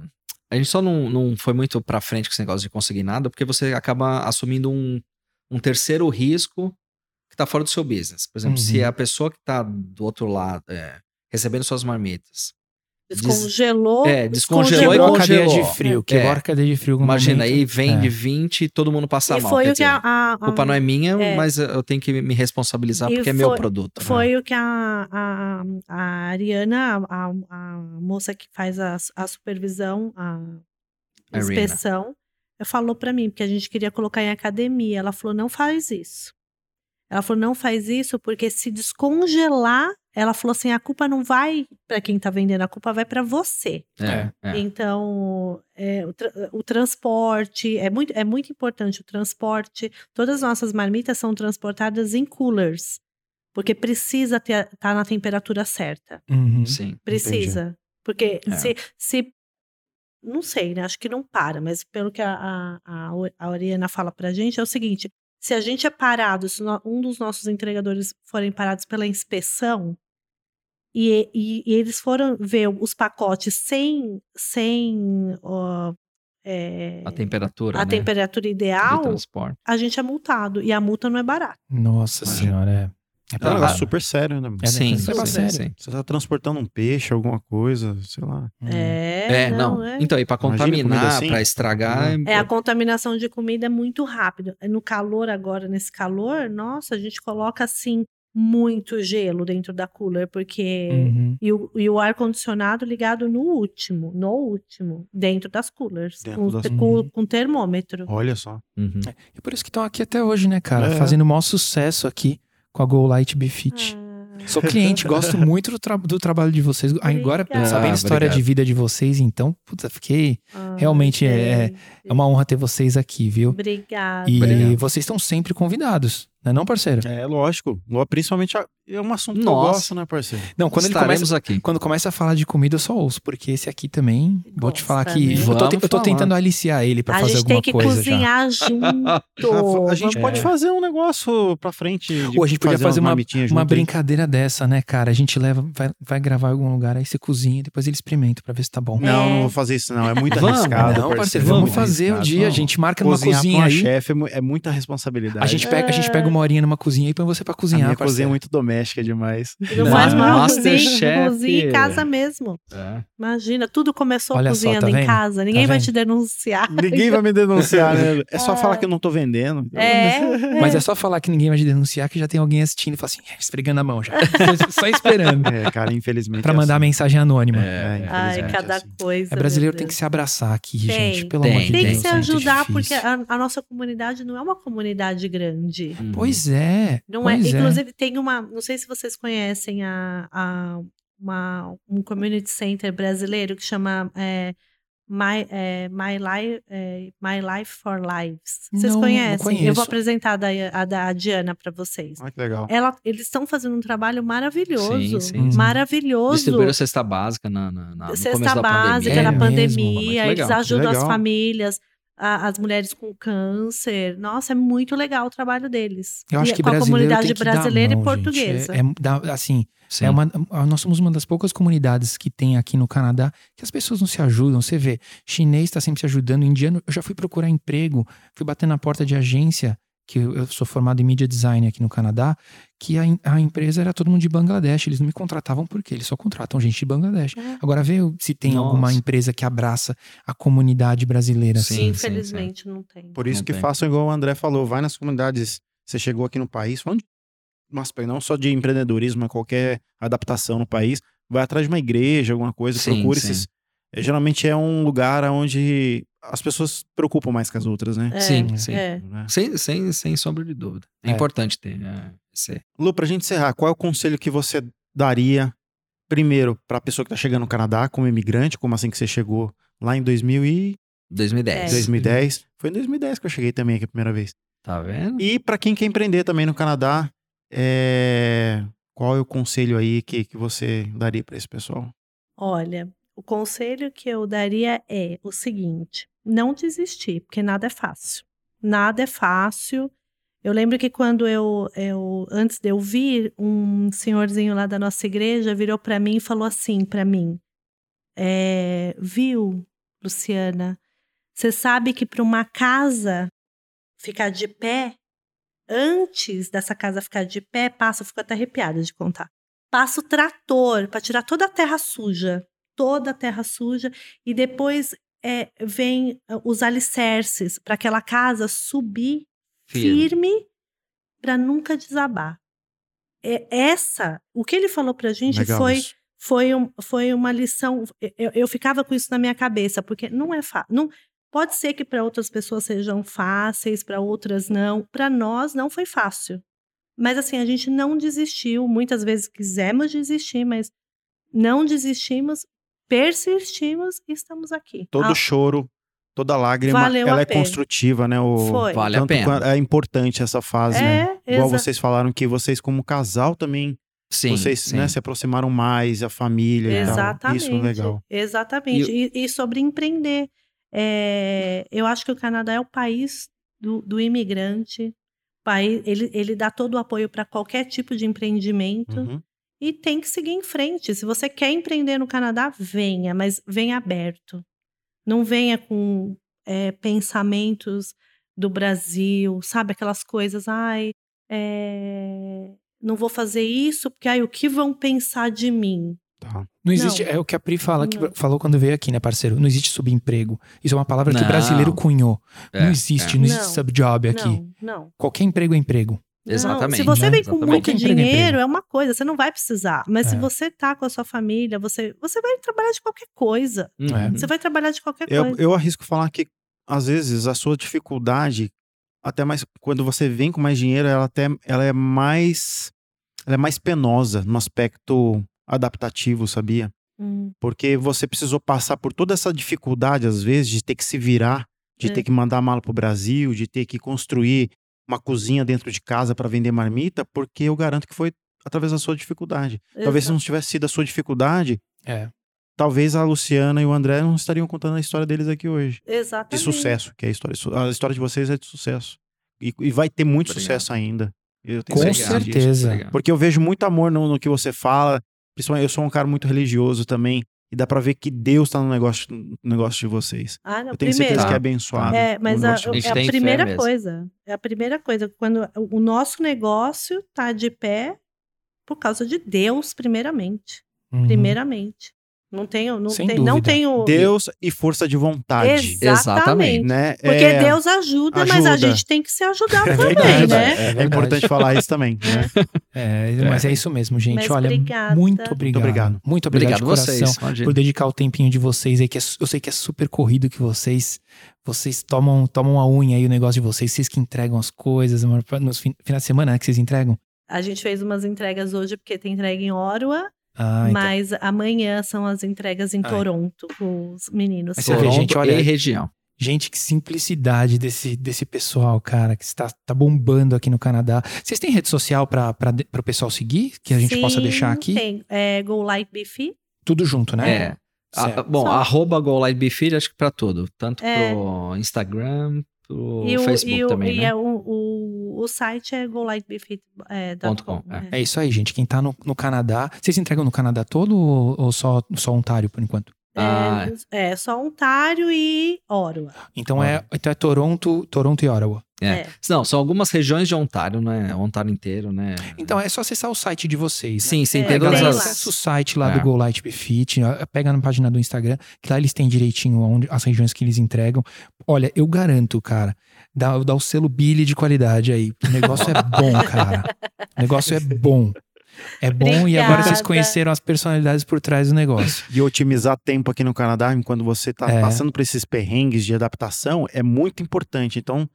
A gente só não, não foi muito pra frente com esse negócio de conseguir nada, porque você acaba assumindo um, um terceiro risco que tá fora do seu business. Por exemplo,
Uhum.
se a pessoa que tá do outro lado, é, recebendo suas marmitas, Des-
Descongelou.
é, descongelou e
Quebrou a
descongelou.
cadeia
congelou.
de frio,
É.
quebrou a cadeia de frio. no
imagina
momento.
aí, vende
É.
20 e todo mundo passa
E
mal.
foi
quer
o que
dizer,
a. a- a-
A culpa não é minha,
É.
mas eu tenho que me responsabilizar
E
porque é meu
foi-
produto. né?
Foi o que a, a, a Ariana, a, a moça que faz a, a supervisão, a
Irina.
inspeção, falou pra mim, porque a gente queria colocar em academia. Ela falou: não faz isso. Ela falou: não faz isso, porque se descongelar, ela falou assim: a culpa não vai pra quem tá vendendo, a culpa vai pra você.
É, é.
Então, é, o, tra- o transporte, é muito, é muito importante o transporte. Todas as nossas marmitas são transportadas em coolers, porque precisa estar na temperatura certa.
Uhum.
é. Sim.
Precisa. Porque
É.
se, se. Não sei, né? Acho que não para, mas pelo que a, a, a, Au- a Oriana fala pra gente, é o seguinte: se a gente é parado, se no- um dos nossos entregadores forem parados pela inspeção, e, e, e eles foram ver os pacotes sem, sem ó, é,
A temperatura.
a
né,
temperatura
do
ideal,
transporte.
a gente é multado. E a multa não é barata.
Nossa
Imagina. Ah,
senhora, é. É
É um
pra lá.
negócio super sério, né? mano?
É,
sim,
né?
sim,
Leva a
sim,
sério.
sim.
Você tá transportando um peixe, alguma coisa, sei lá.
Uhum.
É,
É, não.
é.
Então, e pra
Imagina
contaminar,
comida assim.
pra estragar.
Uhum.
É, a contaminação de comida é muito rápida. No calor agora, nesse calor, nossa, a gente coloca assim muito gelo dentro da cooler, porque
Uhum.
e o, e o ar-condicionado ligado no último, no último, dentro das coolers,
Dentro
com,
das-
te- com, com termômetro.
Olha só.
Uhum.
E por isso que estão aqui até hoje, né, cara?
É.
Fazendo o maior sucesso aqui com a Go Light
Ah.
Befit. Sou cliente, gosto muito do, tra- do trabalho de vocês. Agora,
Obrigada.
sabendo a
Ah,
história
obrigado.
de vida de vocês, então, puta, fiquei.
Ah,
Realmente é-
gente.
É uma honra ter vocês aqui, viu?
Obrigada.
E
Obrigado.
vocês estão sempre convidados, né, não, parceiro?
É, lógico. Lo- Principalmente a- é um assunto que eu
Nossa.
gosto, né, parceiro?
Não, quando ele
Estaremos
começa.
aqui.
Quando começa a falar de comida, eu só ouço, porque esse aqui também. Vou te falar
Gosta,
que.
né?
Eu tô, te- eu tô
Vamos
tentando aliciar ele pra
a
fazer
gente tem
alguma
que
coisa já.
cozinhar junto.
a, a gente
Vamos-
pode fazer um negócio pra frente. de
Ou a gente podia fazer
umas
uma-
marmitinhas
Uma
junto aí.
brincadeira dessa, né, cara? A gente leva, vai, vai gravar em algum lugar, aí você cozinha, depois ele experimenta pra ver se tá bom.
Não,
É.
não vou fazer isso, não. É muito
Vamos,
arriscado.
Não, parceiro,
é
vamos
muito
fazer um
arriscado,
dia, a
vamos.
gente marca numa
Cozinhar com
cozinha
a
aí.
chefe é mu- é muita responsabilidade.
A gente, pega, a gente pega uma horinha numa cozinha e põe você pra
A
cozinhar,
minha cozinha é
parceiro.
muito
(laughs)
doméstica demais.
Não faz
Não,
mal,
Masterchef.
cozinha, cozinha em casa mesmo.
É.
Imagina, tudo começou
Olha só,
cozinhando
tá
em
vendo?
casa. Ninguém
Tá
vai
vendo?
te denunciar.
Ninguém vai me denunciar, né? É só falar que eu não tô vendendo.
É,
Mas é só falar que ninguém vai te denunciar que já tem alguém assistindo e fala assim, esfregando a mão já. só esperando.
É, cara, infelizmente.
Pra
é
mandar
assim.
mensagem anônima. É,
É.
É.
Ai,
Infelizmente,
cada
assim.
coisa.
brasileiro
meu
tem que
Deus.
se abraçar aqui,
Tem.
gente. Pelo
Tem,
amor de
Tem
Deus.
Tem,
que se
é muito
ajudar,
difícil.
porque a, a nossa comunidade não é uma comunidade grande.
Uhum.
Pois é.
Não
pois
é. Inclusive, tem uma. Não sei se vocês conhecem a, a- uma- um community center brasileiro que chama é, My, é, My, Life, é, My Life for Lives. Vocês
Não, não
conhecem? Eu
conheço.
vou apresentar a da, a da Diana para vocês.
Ah, que legal.
Ela- eles estão fazendo um trabalho
é.
Sim,
maravilhoso.
sim.
sim.
Maravilhoso.
Distribuíram cesta básica na, na, na, Ah, no começo
Cesta
da
básica
pandemia.
É
na
mesmo,
pandemia,
muito
eles
legal,
que
ajudam as
legal.
famílias, a- as mulheres com câncer. Nossa, é muito legal o trabalho deles.
Eu acho
E
que
com a
brasileiro
comunidade
tem que dar a
brasileira
mão,
e
gente.
portuguesa.
É, é dá- assim,
Sim.
é uma, a- nós somos uma das poucas comunidades que tem aqui no Canadá que as pessoas não se ajudam. Você vê, chinês está sempre se ajudando, indiano. Eu já fui procurar emprego, fui bater na porta de agência, que eu, eu sou formado em media design aqui no Canadá, que a, em- a empresa era todo mundo de Bangladesh. Eles não me contratavam porque eles só contratam gente de Bangladesh.
É.
Agora vê se tem
Nossa.
alguma empresa que abraça a comunidade brasileira.
Sim.
assim.
Infelizmente, não tem.
Por isso
Não
que
tem.
façam igual o André falou, vai nas comunidades. Você chegou aqui no país, falando de, mas não só de empreendedorismo, mas qualquer adaptação no país, vai atrás de uma igreja, alguma coisa,
Sim,
procure
sim.
esses. é, Geralmente é um lugar onde as pessoas se preocupam mais com as outras, né?
É,
Sim, sim.
é.
Né?
Sem, sem, sem sombra de dúvida. É,
É.
importante ter. É, ser.
Lu, pra gente encerrar, qual é o conselho que você daria, primeiro, pra pessoa que tá chegando no Canadá como imigrante, como assim que você chegou lá em 2000 e
2010.
É.
2010? Foi em 2010 que eu cheguei também aqui a primeira vez.
Tá vendo?
E pra quem quer empreender também no Canadá, é, qual é o conselho aí que, que você daria pra esse pessoal?
Olha, o conselho que eu daria é o seguinte: não desistir, porque nada é fácil. Nada é fácil. Eu lembro que quando eu, eu antes de eu vir, um senhorzinho lá da nossa igreja virou para mim e falou assim para mim: é, viu, Luciana, você sabe que para uma casa ficar de pé, antes dessa casa ficar de pé, passa, eu fico até arrepiada de contar passa o trator para tirar toda a terra suja, toda a terra suja, e depois é, vem ah, os alicerces para aquela casa subir
Firme.
firme para nunca desabar. É essa, o que ele falou para gente
Legal
foi
isso.
foi, um- foi uma lição. Eu, eu ficava com isso na minha cabeça, porque não é fácil. Não, pode ser que para outras pessoas sejam fáceis, para outras não. Para nós não foi fácil. Mas assim, a gente não desistiu. Muitas vezes quisemos desistir, mas não desistimos, persistimos e estamos aqui.
Todo
Ah,
choro, toda lágrima,
Valeu
ela
a
é
pena.
construtiva, né? O,
Foi.
Vale a
tanto
pena.
quanto- É importante essa fase, né?
é,
Igual
exa-
vocês falaram que vocês, como casal, também
Sim.
vocês
sim.
né, se aproximaram mais, a família
Exatamente.
e tal. Isso é legal.
Exatamente. E, e sobre empreender. É, eu acho que o Canadá é o país do, do imigrante. País, ele, ele dá todo o apoio para qualquer tipo de empreendimento
Uhum.
e tem que seguir em frente. Se você quer empreender no Canadá, venha, mas venha aberto. Não venha com é, pensamentos do Brasil, sabe? Aquelas coisas, ai, é, não vou fazer isso porque aí o que vão pensar de mim?
Tá.
Não existe.
Não.
É o que a Pri fala, que
Não.
falou quando veio aqui, né, parceiro? Não existe subemprego. Isso é uma palavra que
Não.
brasileiro cunhou.
É,
não existe, né? não existe
Não.
subjob aqui.
Não, não.
Qualquer emprego é emprego.
Não,
Exatamente,
Se você
né?
vem com
Exatamente.
muito
Qualquer emprego é
dinheiro,
emprego.
é uma coisa, você não vai precisar. Mas se
É.
você tá com a sua família, você, você vai trabalhar de qualquer coisa.
Uhum.
É.
Você vai trabalhar de qualquer
Eu,
coisa.
eu arrisco falar que, às vezes, a sua dificuldade, até mais quando você vem com mais dinheiro, ela, até, ela é mais. Ela é mais penosa no aspecto adaptativo, sabia?
Hum,
Porque você precisou passar por toda essa dificuldade, às vezes, de ter que se virar, de
É.
ter que mandar a mala pro Brasil, de ter que construir uma cozinha dentro de casa para vender marmita, porque eu garanto que foi através da sua dificuldade. Talvez se
exato.
não tivesse sido a sua dificuldade,
É.
talvez a Luciana e o André não estariam contando a história deles aqui hoje. De
Exatamente.
sucesso, que é a história. de su- A história de vocês é de sucesso. E, e vai ter muito
Obrigado.
sucesso ainda. Eu tenho
Com
certeza disso.
certeza.
Legal.
Porque eu vejo muito amor no, no que você fala. Principalmente, eu sou um cara muito religioso também. E dá pra ver que Deus tá no negócio, no negócio de vocês.
Ah, não,
Eu tenho
primeiro.
certeza que é
Tá.
abençoado.
É,
o
mas a,
negócio de
gente
é a
tem fé
primeira
mesmo.
coisa. É a primeira coisa. Quando o nosso negócio tá de pé por causa de Deus, primeiramente.
Uhum.
Primeiramente. Não tenho. Não,
Sem
tem, não
dúvida.
tenho.
Deus e força de vontade.
Exatamente.
Exatamente.
Né?
Porque
É,
Deus ajuda, mas a
ajuda.
gente tem que se ajudar também,
verdade.
né?
É,
É importante falar
(laughs)
isso também. né?
É, mas é isso mesmo, gente.
Mas
Olha,
obrigada.
muito obrigado.
obrigado.
Muito obrigado,
Obrigado
de
a
coração.
vocês. Imagina.
Por dedicar o tempinho de vocês aí, que é su- eu sei que é super corrido que vocês. Vocês tomam, tomam a unha aí o negócio de vocês, vocês que entregam as coisas amor, pra- nos fin- finais de semana, né? Que vocês entregam.
A gente fez umas entregas hoje, porque tem entrega em Orua,
Ah, então.
mas amanhã são as entregas em
Ah,
Toronto com os meninos.
Mas você vê,
Toronto
gente, olha-
e região.
Gente, que simplicidade desse, desse pessoal, cara, que está tá bombando aqui no Canadá. Vocês têm rede social para o pessoal seguir? Que a gente possa
Sim,
deixar aqui?
Tem é, Go Light Beefy.
Tudo junto, né?
É. A-
Certo.
bom,
Só-
arroba GoLiveBeFeed, acho que pra tudo. Tanto
É.
pro Instagram, pro
e o,
Facebook
e o,
também,
e
né?
é o, o, o site é golightbeefy.com. É, dot
Ponto com,
com,
é.
É isso aí, gente. Quem tá no, no Canadá. Vocês entregam no Canadá todo ou, ou só, só Ontário, por enquanto?
É,
Ah.
é, só Ontário e Orwa.
Então, é, então é Toronto, Toronto e Ottawa.
É.
É.
Não, são algumas regiões de Ontário, né? Ontário inteiro, né?
Então é só acessar o site de vocês. né?
Sim, sim,
É,
tem
Pega
todas
tem
lá,
lá.
acessa o
as.
site lá
É.
do Go Light Befit, ó, pega na página do Instagram, que lá eles têm direitinho onde, as regiões que eles entregam. Olha, eu garanto, cara, dá, dá o selo Billy de qualidade aí. O negócio é bom, cara. O negócio é bom. É bom e agora vocês
Obrigada.
conheceram as personalidades por trás do negócio.
E otimizar tempo aqui no Canadá, enquanto você tá
É.
passando por esses perrengues de adaptação, é muito importante. Então,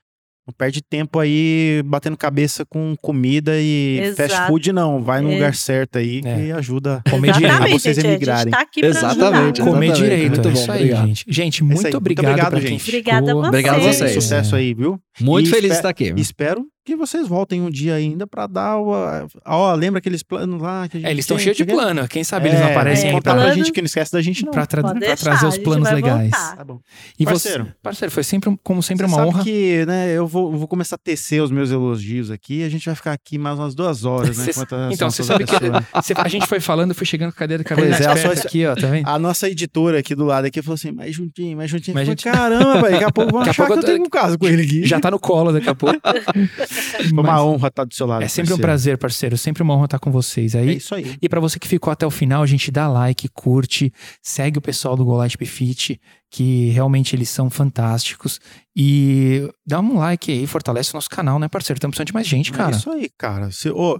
não perde tempo aí batendo cabeça com comida e
Exato.
fast food, não. Vai num
É.
lugar certo aí
É.
que ajuda.
Comer direito.
Exatamente,
A vocês
gente. A gente
emigrarem.
tá aqui pra
Exatamente,
ajudar.
exatamente.
Comer direito.
Muito
é
bom,
isso aí,
obrigado.
gente. Gente, muito,
muito
obrigado,
obrigado,
pra quem
gente.
ficou. É,
Obrigada a vocês.
Obrigado a vocês.
Sucesso aí, viu?
Muito
E
feliz de
espe-
estar aqui.
Espero que vocês voltem um dia ainda pra dar o. a- Ó, lembra aqueles planos lá que a gente.
É, eles estão
tinha,
cheios de
não sei o quê?
plano. Quem sabe eles não
É,
aparecem
é,
aí
Conta pra
pra,
plano.
gente que não esquece da gente, não.
pra, tra-
Pode
pra
deixar,
trazer
a
os
gente
planos
vai
legais.
voltar.
Tá bom.
E
Parceiro.
você, parceiro, foi sempre, um- como sempre,
Você
uma
sabe
honra.
que, né, eu vou, vou começar a tecer os meus elogios aqui. A gente vai ficar aqui mais umas duas horas, né?
Cê-
enquanto a-
então,
a-
você sabe que- (laughs)
pessoa-
Cê- a gente foi falando, eu fui chegando com a cadeira do cabelo
Pois
mais
é,
perto
só isso-
aqui, ó, tá vendo?
A nossa editora aqui do lado aqui falou assim, mais juntinho, mais juntinho.
Mas
Eu
gente- (laughs)
falei, Caramba, velho, daqui a pouco vão
Daqui a
achar
pouco
que eu
eu tô-
tenho um caso com ele aqui.
Já tá no colo daqui a pouco.
Foi uma
Mas
honra estar do seu lado.
é sempre um
parceiro.
prazer, parceiro. Sempre uma honra estar com vocês
É
aí.
isso aí.
E pra você que ficou até o final, a gente dá like, curte, segue o pessoal do Golite Fit, que realmente eles são fantásticos. E dá um like aí, fortalece o nosso canal, né, parceiro? Estamos precisando de mais gente,
É
cara.
isso aí, cara. Se, ô,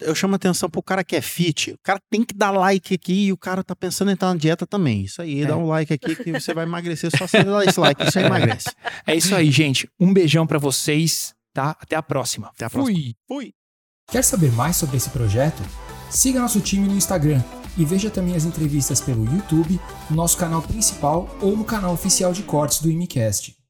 eu chamo atenção pro cara que é fit. O cara tem que dar like aqui e o cara tá pensando em entrar na dieta também. Isso aí,
É.
dá um like aqui que você vai emagrecer. Só você dá esse like, isso aí
(laughs)
emagrece.
É isso aí, gente. Um beijão pra vocês, tá? Até a próxima.
Até a próxima.
Fui.
Fui.
Quer saber mais sobre esse projeto? Siga nosso time no Instagram e veja também as entrevistas pelo YouTube, no nosso canal principal ou no canal oficial de cortes do Imicast.